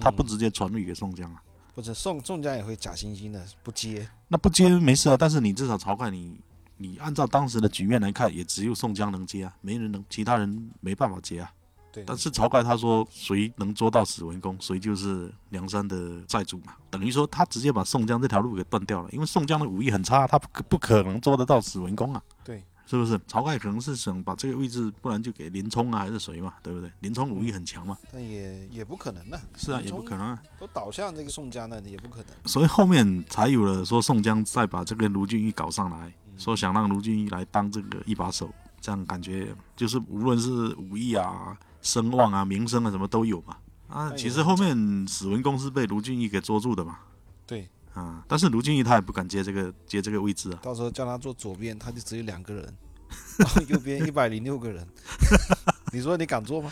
Speaker 1: 他不
Speaker 2: 嗯
Speaker 1: 直接传位给宋江啊，
Speaker 2: 不是宋宋江也会假惺惺的不接，
Speaker 1: 那不接没事啊，但是你至少晁盖你你按照当时的局面来看，也只有宋江能接啊，没人能，其他人没办法接啊。
Speaker 2: 对，
Speaker 1: 但是晁盖他说，谁能捉到史文恭，谁就是梁山的寨主嘛。等于说他直接把宋江这条路给断掉了，因为宋江的武艺很差，他不可不可能捉得到史文恭啊，
Speaker 2: 对，
Speaker 1: 是不是？晁盖可能是想把这个位置，不然就给林冲啊，还是谁嘛，对不对？林冲武艺很强嘛，
Speaker 2: 但也也不可能的，
Speaker 1: 是啊，
Speaker 2: 林
Speaker 1: 也
Speaker 2: 冲
Speaker 1: 不可能啊。
Speaker 2: 都倒向这个宋江了，也不可能。
Speaker 1: 所以后面才有了说宋江再把这个卢俊义搞上来，说想让卢俊义来当这个一把手，这样感觉就是无论是武艺啊、声望啊、名声啊，什么都有嘛。啊，
Speaker 2: 哎
Speaker 1: 其实后面史文恭是被卢俊义给捉住的嘛。
Speaker 2: 对，
Speaker 1: 啊，但是卢俊义他也不敢接这个接这个位置啊，
Speaker 2: 到时候叫他坐左边，他就只有两个人，然后右边一百零六个人， 你说你敢坐吗？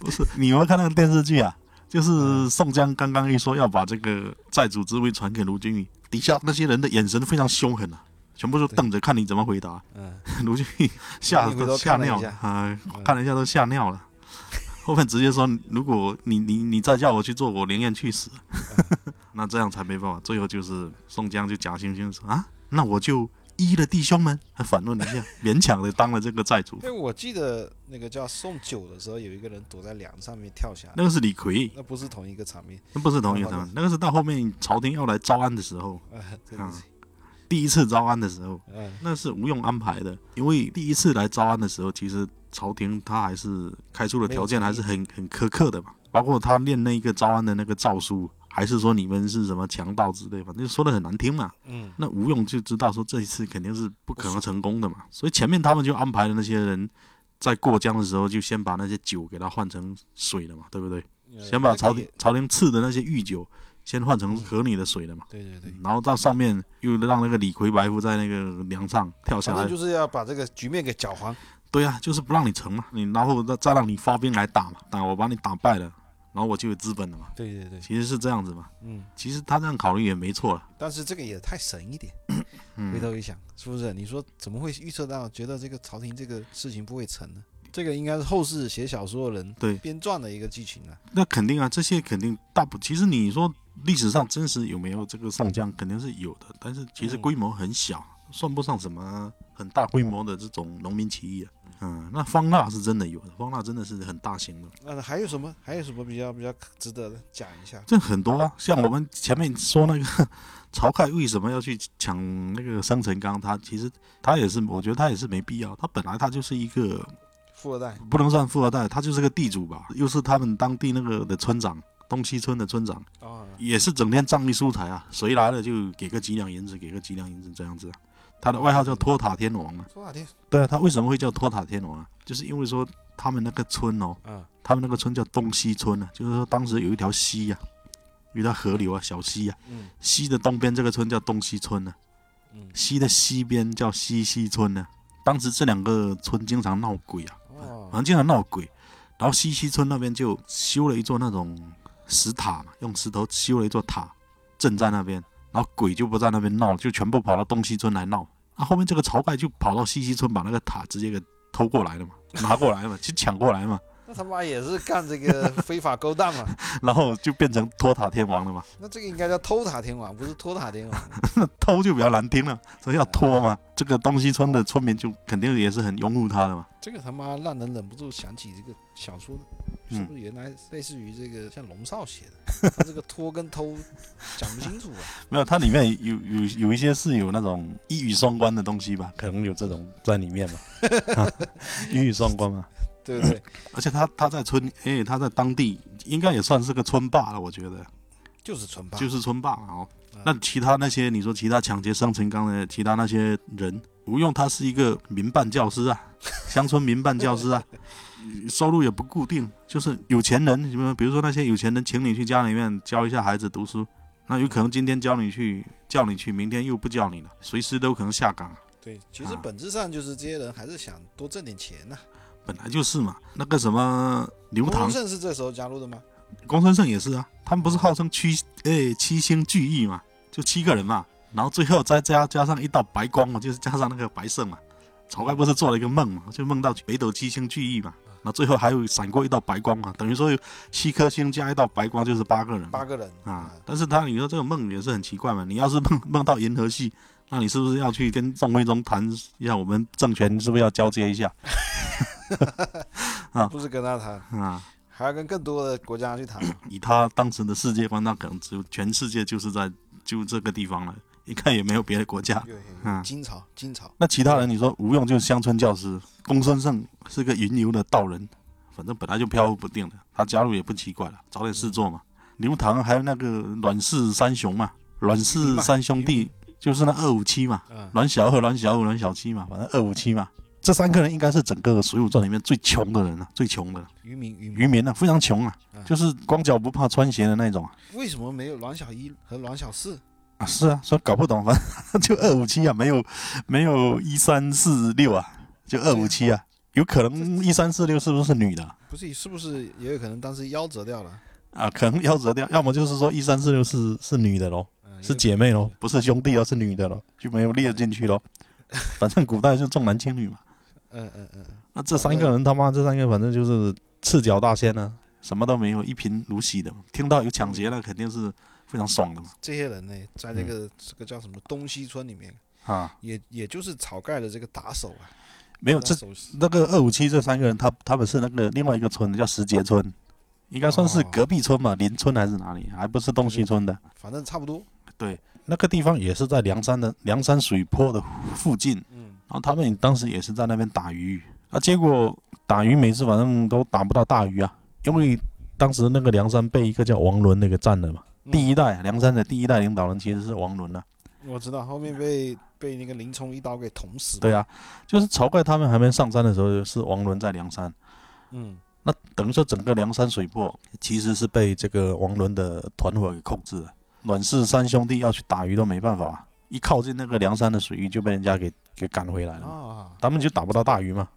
Speaker 1: 不是？你有没有看那个电视剧啊？
Speaker 2: 嗯
Speaker 1: 就是宋江刚刚一说要把这个寨主之位传给卢俊义，底下那些人的眼神非常凶狠啊，全部都
Speaker 2: 对
Speaker 1: 瞪着看你怎么回答。
Speaker 2: 嗯，
Speaker 1: 卢俊义吓
Speaker 2: 你回
Speaker 1: 都
Speaker 2: 头
Speaker 1: 吓
Speaker 2: 看了一
Speaker 1: 尿了
Speaker 2: 下嗯
Speaker 1: 啊、看了一下都吓尿了。 后面直接说，如果你你你再叫我去做，我宁愿去死。
Speaker 2: 嗯
Speaker 1: 那这样才没办法。最后就是宋江就假惺惺说啊，那我就依了弟兄们，反问了一下，勉强的当了这个寨主
Speaker 2: 因。为我记得那个叫送酒的时候，有一个人躲在梁上面跳下来，
Speaker 1: 那个是李逵，
Speaker 2: 那不是同一个场面。
Speaker 1: 那不是同一个
Speaker 2: 那
Speaker 1: 人，那个是到后面朝廷要来招安的时候，
Speaker 2: 啊，对
Speaker 1: 嗯
Speaker 2: 对
Speaker 1: 第一次招安的时候，
Speaker 2: 对，嗯，
Speaker 1: 那是吴用安排的，因为第一次来招安的时候，其实朝廷他还是开出的条件还是很很苛刻的嘛，包括他念那个招安的那个诏书，还是说你们是什么强盗之类，反正说的很难听嘛。
Speaker 2: 嗯，
Speaker 1: 那吴用就知道说这一次肯定是不可能成功的嘛，所以前面他们就安排的那些人。在过江的时候，就先把那些酒给他换成水了嘛，对不对？
Speaker 2: 呃
Speaker 1: 先把
Speaker 2: 那个
Speaker 1: 朝廷
Speaker 2: 也
Speaker 1: 朝廷赐的那些御酒，先换成河里的水了嘛。
Speaker 2: 对对对，
Speaker 1: 然后到上面又让那个李逵白夫在那个梁上跳下
Speaker 2: 反
Speaker 1: 来
Speaker 2: 正，就是要把这个局面给搅黄。
Speaker 1: 对呀、就是不让你成嘛，你然后再再让你发兵来打嘛，打我把你打败了，然后我就有资本了嘛，
Speaker 2: 对对对，
Speaker 1: 其实是这样子嘛。
Speaker 2: 嗯，
Speaker 1: 其实他这样考虑也没错了，
Speaker 2: 但是这个也太神一点。回
Speaker 1: 嗯，
Speaker 2: 头一想，是不是？你说怎么会预测到，觉得这个朝廷这个事情不会成呢？这个应该是后世写小说的人
Speaker 1: 对
Speaker 2: 编撰的一个剧情啊。
Speaker 1: 那肯定啊，这些肯定大部。其实你说历史上真实有没有这个上将，肯定是有的，但是其实
Speaker 3: 嗯
Speaker 1: 规模很小，算不上什么很大规模的这种农民起义啊。嗯，那方腊是真的有的，方腊真的是很大型的，
Speaker 2: 那呃还有什么？还有什么比较比较值得讲一下？
Speaker 1: 这很多啊。像我们前面说那个 晁盖为什么要去抢那个生辰纲，他其实他也是，我觉得他也是没必要。他本来他就是一个
Speaker 2: 富二代，
Speaker 1: 不能算富二代，他就是个地主吧，又是他们当地那个的村长，东西村的村长。
Speaker 2: 啊，
Speaker 1: 也是整天仗义疏财啊，谁来了就给个几两银子，给个几两银子这样子、啊。他的外号叫托塔天王啊。
Speaker 2: 说好听，
Speaker 1: 对啊，他为什么会叫托塔天王啊？就是因为说他们那个村哦，
Speaker 2: 啊，
Speaker 1: 他们那个村叫东西村啊，就是说当时有一条溪呀、有一条河流啊，小溪呀、
Speaker 2: 嗯
Speaker 1: 溪的东边这个村叫东西村呢、
Speaker 2: 嗯，
Speaker 1: 溪的西边叫西溪村呢、啊当时这两个村经常闹鬼啊，
Speaker 2: 哦
Speaker 1: 反，正经常闹鬼。然后西溪村那边就修了一座那种石塔嘛，用石头修了一座塔，镇在那边。然后鬼就不在那边闹，就全部跑到东西村来闹。那、啊后面这个晁盖就跑到西溪村，把那个塔直接给偷过来了嘛，拿过来了嘛， 去抢过来嘛，
Speaker 2: 那他妈也是干这个非法勾当 嘛？
Speaker 1: 然后就变成托塔天王了嘛。
Speaker 2: 那这个应该叫偷塔天王，不是托塔天王。
Speaker 1: 偷就比较难听了，所以要拖嘛。这个东西村的村民就肯定也是很拥护他的嘛。
Speaker 2: 这个他妈让人忍不住想起这个小说，
Speaker 1: 嗯
Speaker 2: 是不是原来类似于这个像龙少写 的？他这个拖跟偷讲不清楚啊。
Speaker 1: 没有，它里面有有有一些是有那种一语双关的东西吧，
Speaker 3: 可能有这种在里 面吧。
Speaker 1: 啊一语双关嘛。
Speaker 2: 对不对？
Speaker 1: 而且他他在村，哎、他在当地应该也算是个村霸了，我觉得
Speaker 2: 就是纯霸，
Speaker 1: 就是村霸哦
Speaker 2: 嗯。
Speaker 1: 那其他那些你说其他抢劫生辰纲的其他那些人，吴用他是一个民办教师啊，乡村民办教师啊，收入也不固定，就是有钱人，什么比如说那些有钱人请你去家里面教一下孩子读书，那有可能今天教你去叫你去，明天又不叫你了，随时都可能下岗。
Speaker 2: 对，其实
Speaker 1: 啊
Speaker 2: 本质上就是这些人还是想多挣点钱呐、
Speaker 1: 本来就是嘛，那个什么刘
Speaker 2: 公
Speaker 1: 唐
Speaker 2: 孙胜是这时候加入的吗？
Speaker 1: 公孙胜也是啊，他们不是号称七诶、七星聚义嘛，就七个人嘛，然后最后再加加上一道白光嘛，就是加上那个白胜嘛。晁盖不是做了一个梦嘛，就梦到北斗七星聚义嘛，然后最后还有闪过一道白光嘛，等于说有七颗星加一道白光就是八个人嘛
Speaker 2: 八个人
Speaker 1: 啊。但是他你说这个梦也是很奇怪嘛，你要是梦梦到银河系，那你是不是要去跟宋徽宗谈一下我们政权是不是要交接一下啊
Speaker 2: 不是跟他谈，
Speaker 1: 啊？
Speaker 2: 还要跟更多的国家去谈。
Speaker 1: 以他当时的世界观，那可能只有全世界就是在就这个地方了，应该也没有别的国家。
Speaker 2: 有有
Speaker 1: 嗯
Speaker 2: 有金朝，金朝
Speaker 1: 那其他人，你说吴用就是乡村教师，公孙胜是个云游的道人，反正本来就飘忽不定的，他加入也不奇怪了，找点事做嘛。刘唐还有那个阮氏三雄嘛，阮氏三兄弟就是那二五七嘛，
Speaker 2: 啊，
Speaker 1: 阮小二、阮小五、阮小七嘛，反正二五七嘛，这三个人应该是整个《水浒传》里面最穷的人了、啊最穷的了
Speaker 2: 渔民渔
Speaker 1: 渔
Speaker 2: 民，
Speaker 1: 民啊，非常穷啊
Speaker 2: 嗯，
Speaker 1: 就是光脚不怕穿鞋的那种啊。
Speaker 2: 为什么没有阮小一和阮小四？
Speaker 1: 啊，是啊，所以搞不懂，反正 就二五七啊，没有没有一三四六啊，就二五七啊，有可能一三四六是不是女的
Speaker 2: 不是，是不是也有可能当时夭折掉了？
Speaker 1: 啊？可能夭折掉，要么就是说一三四六是是女的咯，
Speaker 2: 嗯，
Speaker 3: 是姐妹咯，
Speaker 1: 不是兄弟哦，是女的咯，就没有列进去咯。反正古代就重男轻女嘛。
Speaker 2: 嗯嗯嗯，嗯
Speaker 1: 那这三个人他妈这三个反正就是
Speaker 3: 赤脚大仙呢、
Speaker 1: 啊什么都没有，一贫如洗的嘛。听到有抢劫了，肯定是非常爽的嘛。
Speaker 2: 这些人呢，在这
Speaker 1: 嗯
Speaker 2: 个、这个叫什么东西村里面，
Speaker 1: 啊，
Speaker 2: 也也就是晁盖的这个打手啊，
Speaker 1: 没有
Speaker 2: 打
Speaker 1: 这
Speaker 2: 手
Speaker 1: 那个二五七这三个人，他他们是那个另外一个村的叫石碣村，应该算是
Speaker 2: 哦嗯
Speaker 1: 隔壁村吧，邻村还是哪里，还不是东西村的。
Speaker 2: 反正差不多。
Speaker 1: 那个地方也是在梁山的梁山水泊的附近，
Speaker 2: 嗯，
Speaker 1: 然后他们当时也是在那边打鱼，啊，结果打鱼每次反正都打不到大鱼啊，因为当时那个梁山被一个叫王伦的给占了嘛，
Speaker 2: 嗯
Speaker 1: 第一代啊梁山的第一代领导人其实是王伦啊。
Speaker 2: 我知道，后面
Speaker 1: 嗯
Speaker 2: 被被那个林冲一刀给捅死。
Speaker 1: 对啊，就是晁盖他们还没上山的时候是王伦在梁山，
Speaker 2: 嗯，
Speaker 1: 那等于说整个梁山水泊其实是被这个王伦的团伙给控制了。阮氏三兄弟要去打鱼都没办法啊，一靠近那个梁山的水域就被人家给给赶回来了，
Speaker 2: 啊，
Speaker 1: 他们就打不到大鱼嘛。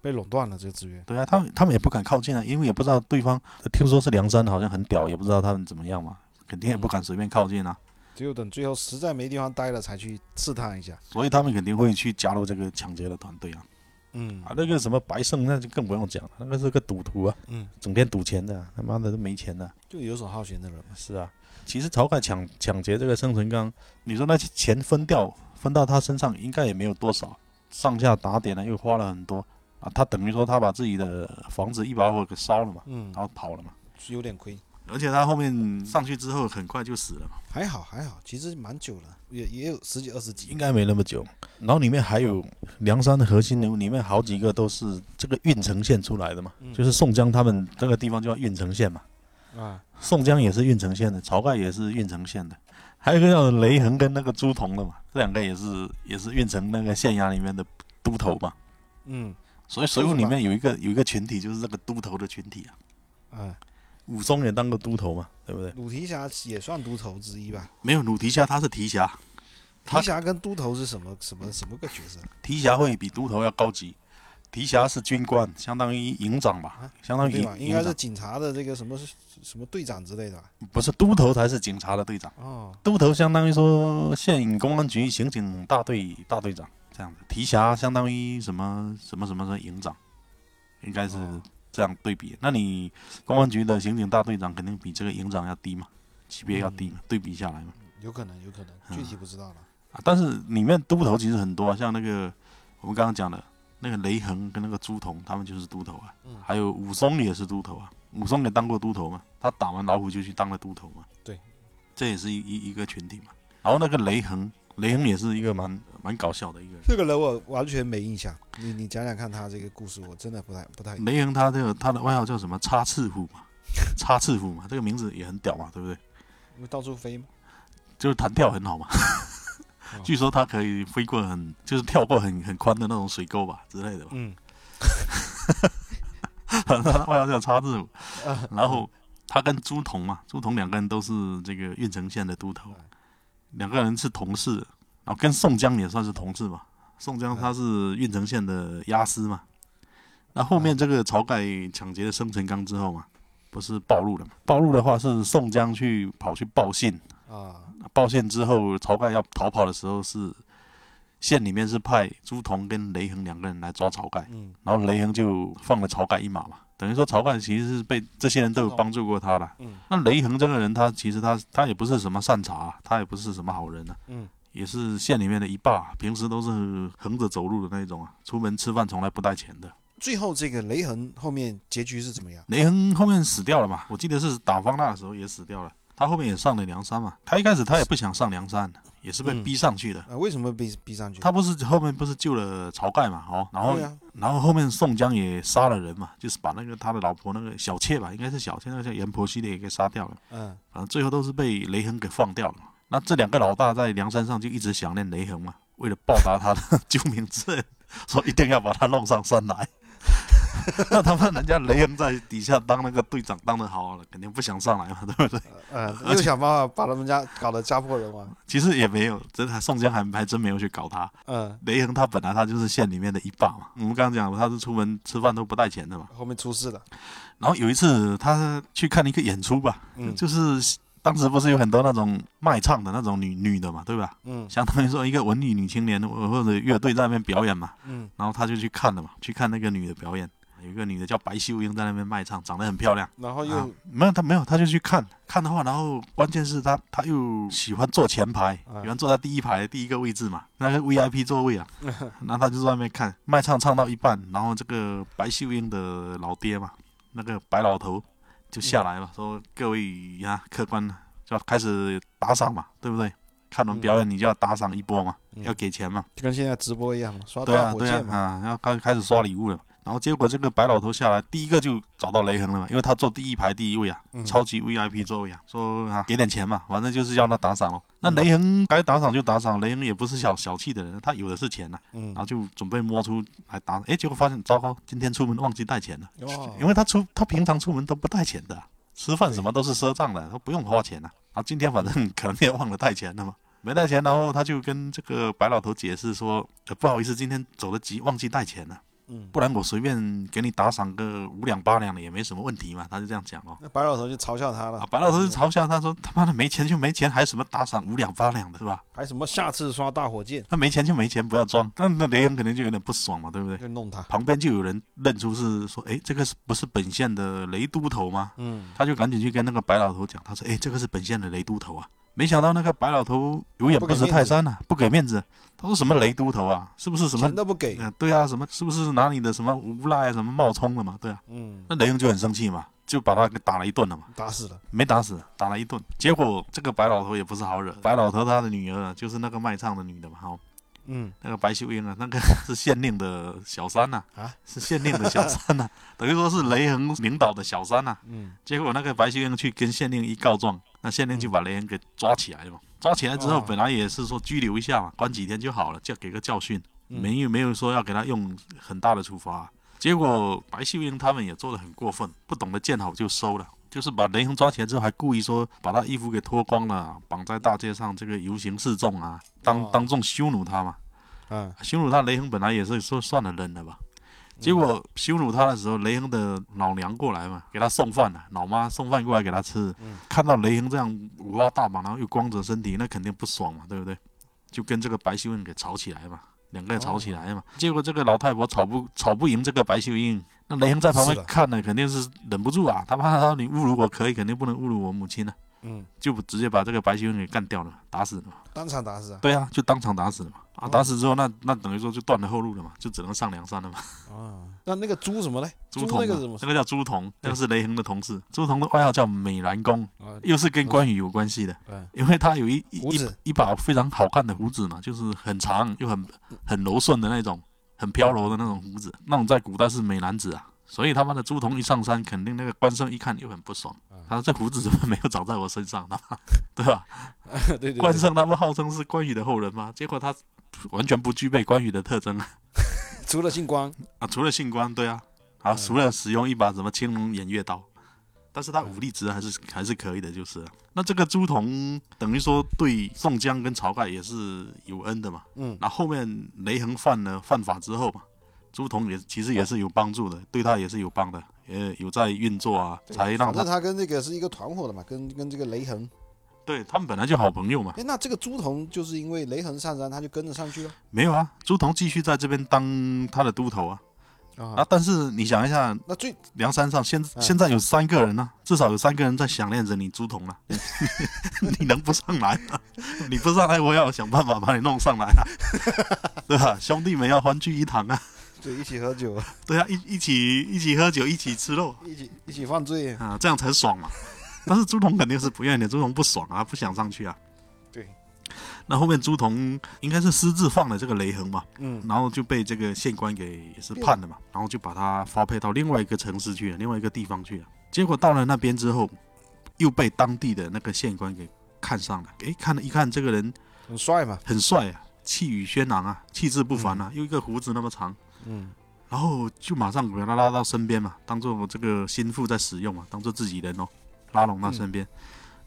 Speaker 2: 被垄断了这个资源。
Speaker 1: 对啊，他们他们也不敢靠近啊，因为也不知道对方，听说是梁山好像很屌，也不知道他们怎么样嘛，肯定也不敢随便靠近啊，
Speaker 2: 只有等最后实在没地方待了，才去试探一下。
Speaker 1: 所以他们肯定会去加入这个抢劫的团队啊。
Speaker 2: 嗯
Speaker 1: 啊，那个什么白胜那就更不用讲了，那个是个赌徒啊，
Speaker 2: 嗯，
Speaker 1: 整天赌钱的啊，他妈的都没钱的啊。
Speaker 2: 就游手好闲的人嘛。
Speaker 1: 是啊，其实晁盖抢抢劫这个生辰纲，你说那些钱分掉分到他身上，应该也没有多少，上下打点呢又花了很多啊。他等于说他把自己的房子一把火给烧了嘛，
Speaker 2: 嗯
Speaker 1: 然，后跑了嘛。
Speaker 2: 有点亏，
Speaker 1: 而且他后面上去之后很快就死了嘛，
Speaker 2: 还好还好，其实蛮久了，也也有十几二十集
Speaker 1: 应。该没那么久。然后里面还有梁山的核心人物，里面好几个都是这个郓城县出来的嘛，
Speaker 2: 嗯
Speaker 1: 就是宋江他们这个地方叫郓城县嘛。
Speaker 2: 啊，
Speaker 1: 宋江也是郓城县的，晁盖也是郓城县的，还有一个叫雷横跟那个朱仝的嘛，这两个也是也是郓城那个县衙里面的都头嘛。
Speaker 2: 嗯
Speaker 1: 所以《水浒》里面有一个有一个群体，就是这个都头的群体啊。
Speaker 2: 啊，
Speaker 1: 武松也当过都头嘛，对不对？
Speaker 2: 鲁提辖也算都头之一吧？
Speaker 1: 没有鲁提辖，他是提辖，他
Speaker 2: 提辖跟都头是什么什么什么个角色？
Speaker 1: 提辖会比都头要高级。提辖是军官，相当于营长吧
Speaker 2: 啊，
Speaker 1: 相当于
Speaker 2: 对吧？
Speaker 1: 营
Speaker 2: 应
Speaker 1: 营
Speaker 2: 该是
Speaker 1: 长，
Speaker 2: 警察的这个什么什么队长之类的吧？
Speaker 1: 不是都头才是警察的队长。
Speaker 2: 哦，
Speaker 1: 都头相当于说县公安局刑警大队大队长这样子，提辖相当于什么什么什么什么营长，应该是
Speaker 2: 哦
Speaker 1: 这样对比。那你公安局的刑警大队长肯定比这个营长要低嘛，级别要低
Speaker 2: 嗯
Speaker 1: 嘛，对比下来嘛。
Speaker 2: 有可能有可能，具体不知道了。
Speaker 1: 啊，但是里面都头其实很多、啊，像那个我们刚刚讲的那个雷横跟那个朱仝，他们就是都头啊，
Speaker 2: 嗯
Speaker 1: 还有武松也是都头啊，武松也当过都头嘛，他打完老虎就去当了都头嘛，
Speaker 2: 对，
Speaker 1: 这也是一一一个群体嘛。然后那个雷横，雷横也是一个蛮蛮搞笑的一个人。
Speaker 2: 这个人我完全没印象，你你讲讲看他这个故事，我真的不太不太
Speaker 1: 雷横他这个他的外号叫什么？插翅虎嘛，插翅虎嘛，这个名字也很屌嘛，对不对？
Speaker 2: 因为到处飞嘛。
Speaker 1: 就是弹跳很好嘛。据说他可以飞过很，就是跳过很很宽的那种水沟吧之类的吧。
Speaker 2: 嗯，
Speaker 1: 他外号叫叉 字母
Speaker 2: 啊，
Speaker 1: 然后他跟朱仝嘛，朱仝两个人都是这个郓城县的都头
Speaker 2: 啊，
Speaker 1: 两个人是同事，然后跟宋江也算是同事嘛。宋江
Speaker 2: 啊
Speaker 1: 他是郓城县的押司嘛，那后面这个晁盖抢劫了生辰纲之后嘛，不是暴露了嘛？暴露的话是宋江去跑去报信，
Speaker 2: 啊，
Speaker 1: 报信之后，晁盖要逃跑的时候是县里面是派朱仝跟雷横两个人来抓晁盖。
Speaker 2: 嗯，
Speaker 1: 然后雷横就放了晁盖一马嘛，等于说晁盖其实是被这些人都有帮助过他的。
Speaker 2: 嗯，
Speaker 1: 那雷横这个人，他其实他他也不是什么善茬、啊他也不是什么好人啊，
Speaker 2: 嗯，
Speaker 1: 也是县里面的一霸，啊平时都是横着走路的那种啊，出门吃饭从来不带钱的。
Speaker 2: 最后这个雷横后面结局是怎么样？
Speaker 1: 雷横后面死掉了嘛，我记得是打方腊的时候也死掉了。他后面也上了梁山嘛，他一开始他也不想上梁山，啊也是被
Speaker 2: 嗯
Speaker 1: 逼上去的。
Speaker 2: 啊，为什么逼逼上去？
Speaker 1: 他不是后面不是救了晁盖嘛，哦，然后
Speaker 2: 对啊，
Speaker 1: 然后后面宋江也杀了人嘛，就是把那个他的老婆那个小妾吧，应该是小妾，那个叫阎婆惜的也给杀掉了。
Speaker 2: 嗯
Speaker 1: 反正最后都是被雷横给放掉了嘛。那这两个老大在梁山上就一直想念雷横嘛，为了报答他的救命之恩， 说一定要把他弄上山来。 那他们人家雷横在底下当那个队长当的好好的，肯定不想上来嘛，对不对？
Speaker 2: 嗯， 又想办法把他们家搞得家破人亡。
Speaker 1: 其实也没有，真的宋江还还真没有去搞他。
Speaker 2: 嗯，
Speaker 1: 雷横他本来他就是县里面的一霸嘛，我们刚刚讲他是出门吃饭都不带钱的嘛。
Speaker 2: 后面出事了。
Speaker 1: 然后有一次他去看一个演出吧，
Speaker 2: 嗯
Speaker 1: 就是当时不是有很多那种卖唱的那种女女的嘛，对吧？
Speaker 2: 嗯
Speaker 1: 相当于说一个文艺女青年呃或者乐队在那边表演嘛，
Speaker 2: 嗯
Speaker 1: 然后他就去看了嘛，去看那个女的表演。有一个女的叫白秀英在那边卖唱，长得很漂亮。
Speaker 2: 然后又、
Speaker 1: 啊没有他没有，他就去看看的话，然后关键是他他又喜欢坐前排，
Speaker 2: 啊
Speaker 1: 喜欢坐在第一排第一个位置嘛，那个 VIP 座 位啊，然后他就在外面看卖唱唱到一半，然后这个白秀英的老爹嘛，那个白老头就下来了，
Speaker 2: 嗯
Speaker 1: 说各位呀、客官就要开始打赏嘛，对不对？看完表演你就要打赏一波嘛，
Speaker 2: 嗯
Speaker 1: 要给钱嘛，
Speaker 2: 就跟现在直播一样嘛，刷
Speaker 1: 对
Speaker 2: 哦大
Speaker 1: 啊
Speaker 2: 火
Speaker 1: 对啊
Speaker 2: 箭，嘛。
Speaker 1: 啊，要开开始刷礼物了。然后结果这个白老头下来，第一个就找到雷横了嘛，因为他坐第一排第一位啊，
Speaker 2: 嗯
Speaker 1: 超级 VIP 座位啊，说啊给点钱嘛，反正就是要他打赏咯。那
Speaker 2: 嗯
Speaker 1: 雷横该打赏就打赏，雷横也不是小小气的人，他有的是钱呐、
Speaker 2: 嗯
Speaker 1: 然，后就准备摸出来打，诶，结果发现糟糕，今天出门忘记带钱了，
Speaker 2: 哦
Speaker 1: 因为他出他平常出门都不带钱的啊、吃饭什么都是赊账的，他不用花钱呐、啊。然后今天反正可能也忘了带钱了嘛，没带钱，然后他就跟这个白老头解释说，呃、不好意思，今天走得急，忘记带钱了。
Speaker 2: 嗯，
Speaker 1: 不然我随便给你打赏个五两八两的也没什么问题嘛。他就这样讲哦。
Speaker 2: 那白老头就嘲笑他了
Speaker 1: 啊，。白老头就嘲笑他说：“他妈的没钱就没钱，还什么打赏五两八两的是吧？
Speaker 2: 还什么下次刷大火箭
Speaker 1: 那没钱就没钱，不要装。”那那雷恩肯定就有点不爽嘛，对不对？
Speaker 2: 就弄他。
Speaker 1: 旁边就有人认出是说：“哎，这个是不是本县的雷都头吗？”
Speaker 2: 嗯，
Speaker 1: 他就赶紧去跟那个白老头讲，他说：“哎，这个是本县的雷都头啊。”没想到那个白老头有眼不识泰山呐、啊，不给面子。他说：“什么雷都头啊？是不是什么
Speaker 2: 钱都不给。
Speaker 1: 嗯，对啊，什么是不是哪里的什么无赖啊，什么冒充的嘛？对啊，
Speaker 2: 嗯，
Speaker 1: 那雷恩就很生气嘛，就把他给打了一顿了嘛，
Speaker 2: 打死了。
Speaker 1: 没打死，打了一顿。结果这个白老头也不是好惹，白老头他的女儿啊就是那个卖唱的女的嘛，哦好，
Speaker 2: 嗯，
Speaker 1: 那个白秀英啊，那个是县令的小三呐、
Speaker 2: 啊，
Speaker 1: 是县令的小三 呐、等于说是雷恩领导的小三呐、
Speaker 2: 嗯，
Speaker 1: 结果那个白秀英去跟县令一告状，那县令就把雷恩给抓起来了嘛。抓起来之后，
Speaker 2: 哦
Speaker 1: 本来也是说拘留一下嘛，关几天就好了，就给个教训。
Speaker 2: 嗯
Speaker 1: 没有没有说要给他用很大的处罚。结果白秀英他们也做的很过分，不懂得见好就收了，就是把雷恒抓起来之后，还故意说把他衣服给脱光了，绑在大街上这个游行示众啊，当
Speaker 2: 哦
Speaker 1: 当众羞辱他嘛。
Speaker 2: 啊，
Speaker 1: 羞辱他，雷恒本来也是说算了扔了吧，结果羞辱他的时候，雷恒的老娘过来嘛，给他送饭了，老妈送饭过来给他吃。
Speaker 2: 嗯
Speaker 1: 看到雷恒这样五花大绑，然后又光着身体，那肯定不爽嘛，对不对？就跟这个白秀英给吵起来嘛，两个人吵起
Speaker 2: 哦
Speaker 1: 来嘛。结果这个老太婆吵不吵不赢这个白秀英，那雷恒在旁
Speaker 2: 是的
Speaker 1: 边看呢，肯定是忍不住啊，他怕他你侮辱我可以，肯定不能侮辱我母亲呢、
Speaker 2: 嗯，
Speaker 1: 就直接把这个白秀英给干掉了，打死了。
Speaker 2: 当场打死啊。
Speaker 1: 对啊，就当场打死了嘛。啊，
Speaker 2: 哦
Speaker 1: 打死之后，那那等于说就断了后路了嘛，就只能上梁山了嘛。
Speaker 2: 啊，那那个猪什么嘞？猪
Speaker 1: 童、啊
Speaker 2: 那，个是什么
Speaker 1: 那个叫朱仝，那个是雷恒的同事。朱仝的外号叫美髯公，
Speaker 2: 啊？
Speaker 1: 又是跟关羽有关系的，
Speaker 2: 嗯，
Speaker 1: 因为他有一一
Speaker 2: 胡
Speaker 1: 一
Speaker 2: 子
Speaker 1: 一把非常好看的胡子嘛，就是很长又很很柔顺的那种，很飘柔的那种胡子，那种在古代是美男子啊。所以他妈的朱仝一上山，肯定那个官绅一看又很不爽
Speaker 2: 嗯，
Speaker 1: 他说这胡子怎么没有长在我身上？他妈， 对吧？
Speaker 2: 对对对
Speaker 1: 关，胜他们号称是关羽的后人嘛，结果他完全不具备关羽的特征啊
Speaker 2: 除了姓关，
Speaker 1: 啊，除了姓关，对啊，啊，
Speaker 2: 嗯
Speaker 1: 除了使用一把什么青龙偃月刀，但是他武力值还是还是可以的，就是啊、那这个朱仝等于说对宋江跟晁盖也是有恩的嘛，
Speaker 2: 嗯
Speaker 1: 那后面雷横犯了犯法之后嘛，朱仝也其实也是有帮助的，对他也是有帮的，也有在运作啊，才让
Speaker 2: 反
Speaker 1: 他
Speaker 2: 正他跟这个是一个团伙的嘛，跟跟这个雷横。
Speaker 1: 对他们本来就好朋友嘛，
Speaker 2: 哎，那这个朱仝就是因为雷横上山，他就跟着上去了
Speaker 1: 没有啊，朱仝继续在这边当他的都头啊。啊
Speaker 2: 啊。，
Speaker 1: 但是你想一下，
Speaker 2: 那最
Speaker 1: 梁山上现
Speaker 2: 嗯
Speaker 1: 现在有三个人呢、啊至少有三个人在想念着你朱仝了、你 你能不上来吗？ 你不上来，我也要想办法把你弄上来啊，对吧？兄弟们要欢聚一堂啊，
Speaker 2: 对一起喝酒，
Speaker 1: 对啊，一一起一起喝酒，一起吃肉
Speaker 2: 一起一起犯罪，
Speaker 1: 啊，这样才爽嘛。但是朱仝肯定是不愿意的，朱仝不爽啊，不想上去啊。
Speaker 2: 对，
Speaker 1: 那后面朱仝应该是私自放了这个雷横嘛，
Speaker 2: 嗯
Speaker 1: 然后就被这个县官给也是判了嘛，然后就把他发配到另外一个城市去了，另外一个地方去了。结果到了那边之后，又被当地的那个县官给看上了。诶，看了一看，这个人
Speaker 2: 很帅嘛，
Speaker 1: 很帅啊，气宇轩昂啊，气质不凡啊，又一个胡子那么长，
Speaker 2: 嗯
Speaker 1: 然后就马上把他拉到身边嘛，当做这个心腹在使用嘛，当做自己人哦，拉拢到身边。
Speaker 2: 嗯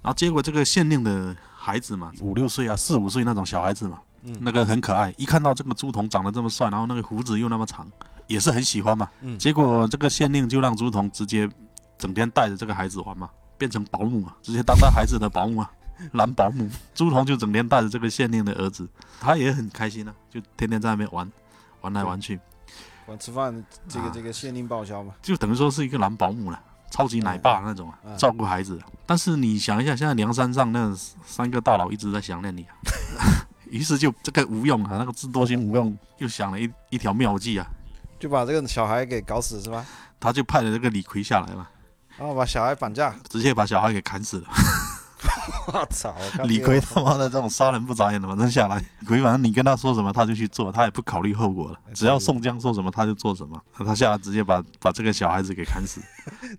Speaker 1: 然后结果这个县令的孩子嘛，五六岁啊，四五岁那种小孩子嘛，
Speaker 2: 嗯
Speaker 1: 那个很可爱，一看到这个朱仝长得这么帅，然后那个胡子又那么长，也是很喜欢嘛。
Speaker 2: 嗯
Speaker 1: 结果这个县令就让朱仝直接整天带着这个孩子玩嘛，变成保姆啊，直接当他孩子的保姆啊，男保姆。朱仝就整天带着这个县令的儿子，他也很开心啊，就天天在那边玩，玩来玩去，
Speaker 2: 晚吃饭这个
Speaker 1: 啊
Speaker 2: 这个县令报销嘛，
Speaker 1: 就等于说是一个男保姆了。超级奶爸那种啊，
Speaker 2: 嗯
Speaker 1: 照顾孩子啊。但是你想一下，现在梁山上那三个大佬一直在想念你啊，于是就这个吴用啊，那个智多星吴用又想了一一条妙计啊，
Speaker 2: 就把这个小孩给搞死是吧？
Speaker 1: 他就派了这个李逵下来嘛，
Speaker 2: 然后哦把小孩绑架，
Speaker 1: 直接把小孩给砍死了。
Speaker 2: 我操！我看
Speaker 1: 李
Speaker 2: 这个
Speaker 1: 逵他妈的这种杀人不眨眼的，反正下来，李逵反正你跟他说什么，他就去做，他也不考虑后果了
Speaker 2: 哎。
Speaker 1: 只要
Speaker 2: 对
Speaker 1: 宋江说什么，他就做什么。他下来直接把把这个小孩子给砍死。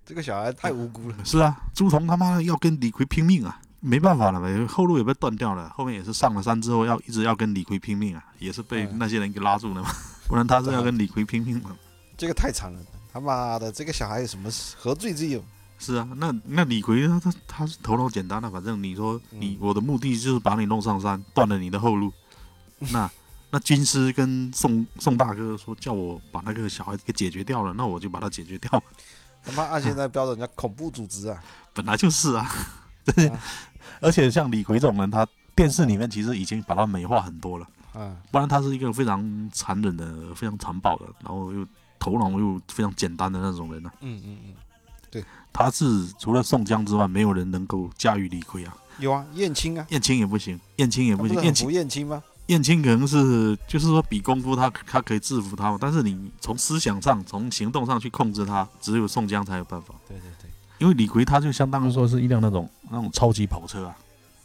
Speaker 2: 这个小孩太无辜了，
Speaker 1: 是啊，朱仝他妈要跟李逵拼命啊，没办法了嘛，后路也被断掉了。后面也是上了山之后要一直要跟李逵拼命啊，也是被
Speaker 2: 嗯
Speaker 1: 那些人给拉住了嘛，不然他是要跟李逵拼命的。
Speaker 2: 这个太惨了，他妈的，这个小孩有什么何罪之有？
Speaker 1: 是啊，那那李逵他他他是头脑简啊单的，反正你说你、
Speaker 2: 嗯
Speaker 1: 我的目的就是把你弄上山，断了你的后路，那那军师跟宋宋大哥说叫我把那个小孩子给解决掉了，那我就把他解决掉。
Speaker 2: 他妈按现在标准叫恐怖组织啊！
Speaker 1: 本来就是啊，
Speaker 2: 啊
Speaker 1: 而且像李逵这种人，他电视里面其实已经把他美化很多了。
Speaker 2: 啊，
Speaker 1: 不然他是一个非常残忍的、非常残暴的，然后又头脑又非常简单的那种人呢、
Speaker 2: 嗯嗯嗯，
Speaker 1: 他是除了宋江之外，没有人能够驾驭李逵啊。
Speaker 2: 有啊，燕青啊，
Speaker 1: 燕青也不行，燕青也
Speaker 2: 他
Speaker 1: 不
Speaker 2: 不是
Speaker 1: 行，
Speaker 2: 很
Speaker 1: 燕青
Speaker 2: 服燕青吗？
Speaker 1: 燕青可能是就是说比功夫他他可以制服他嘛，但是你从思想上、从行动上去控制他，只有宋江才有办法。
Speaker 2: 对对对，
Speaker 1: 因为李逵他就相当于说是一辆那种那种超级跑车啊，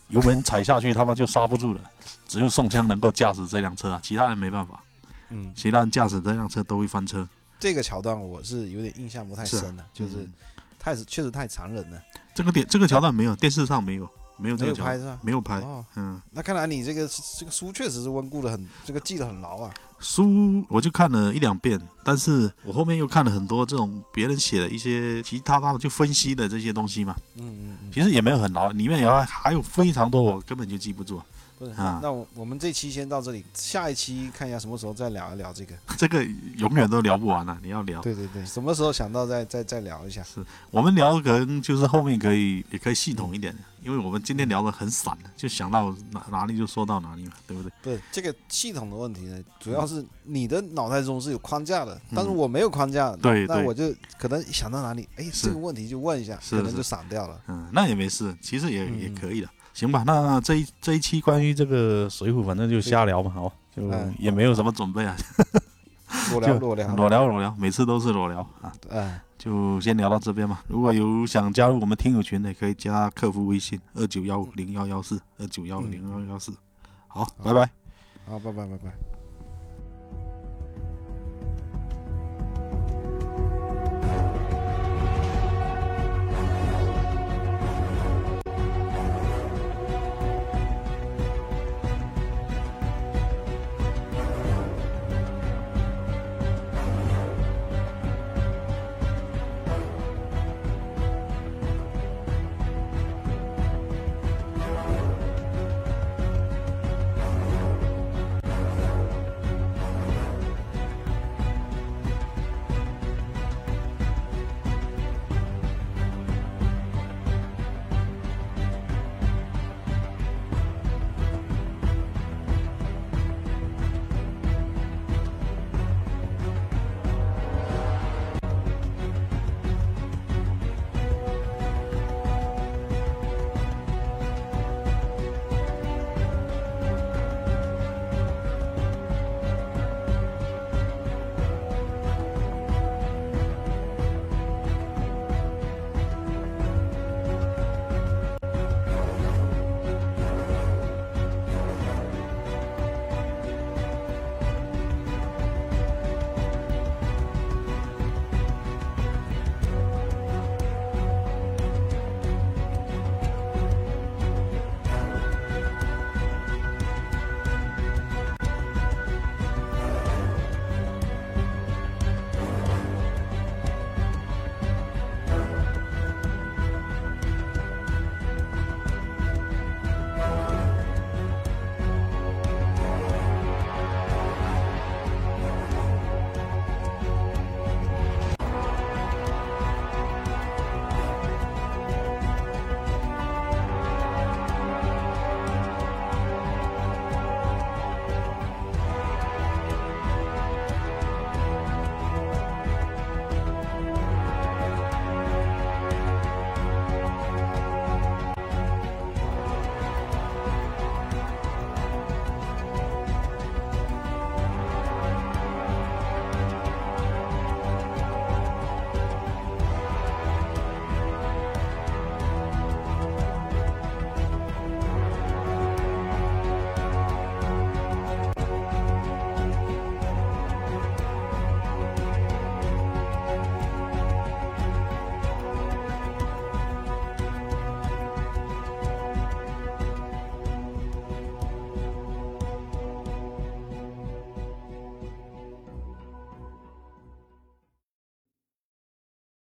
Speaker 1: 油门踩下去他妈就刹不住了，只有宋江能够驾驶这辆车啊，其他人没办法，
Speaker 2: 嗯，
Speaker 1: 其他人驾驶这辆车都会翻车。
Speaker 2: 这个桥段我是有点印象不太
Speaker 1: 是啊
Speaker 2: 深了，就是
Speaker 1: 嗯
Speaker 2: 太确实太残忍了，
Speaker 1: 这个点这个桥段没有，电视上没有没有这
Speaker 2: 没
Speaker 1: 个
Speaker 2: 有
Speaker 1: 桥
Speaker 2: 拍
Speaker 1: 段，
Speaker 2: 是吧？
Speaker 1: 没有拍。
Speaker 2: 哦，
Speaker 1: 嗯，
Speaker 2: 那看来你这个这个书确实是温故的很，这个记得很牢啊。
Speaker 1: 书我就看了一两遍，但是我后面又看了很多这种别人写的一些其他他们就分析的这些东西嘛，
Speaker 2: 嗯嗯嗯，
Speaker 1: 其实也没有很牢，里面也还还有非常多我根本就记不住。
Speaker 2: 不是，
Speaker 1: 啊
Speaker 2: 那我我们这期先到这里，下一期看一下什么时候再聊一聊这个。
Speaker 1: 这个永远都聊不完了、啊你要聊。
Speaker 2: 对对对，什么时候想到再再再聊一下。
Speaker 1: 我们聊可能就是后面可以也可以系统一点，因为我们今天聊的很散，就想到哪哪里就说到哪里嘛，对不对？
Speaker 2: 不是这个系统的问题
Speaker 1: 嗯
Speaker 2: 呢，主要是你的脑袋中是有框架的，但是我没有框架，
Speaker 1: 对
Speaker 2: 那
Speaker 1: 对
Speaker 2: 我就可能想到哪里，哎，
Speaker 1: 是
Speaker 2: 这个问题就问一下，
Speaker 1: 是
Speaker 2: 可能
Speaker 1: 是
Speaker 2: 就闪掉了。
Speaker 1: 嗯，那也没事，其实也、
Speaker 2: 嗯
Speaker 1: 也可以的，行吧？那这一这一期关于这个水浒，反正就瞎聊嘛，好，就
Speaker 2: 嗯
Speaker 1: 也没有什么准备啊，
Speaker 2: 裸聊
Speaker 1: 就
Speaker 2: 裸聊，
Speaker 1: 裸聊裸聊，每次都是裸聊啊，
Speaker 2: 哎，
Speaker 1: 就先聊到这边吧。如果有想加入我们听友群的，可以加客服微信二九幺零幺幺四二九幺零幺幺四。好，拜拜。
Speaker 2: 好，拜拜拜拜。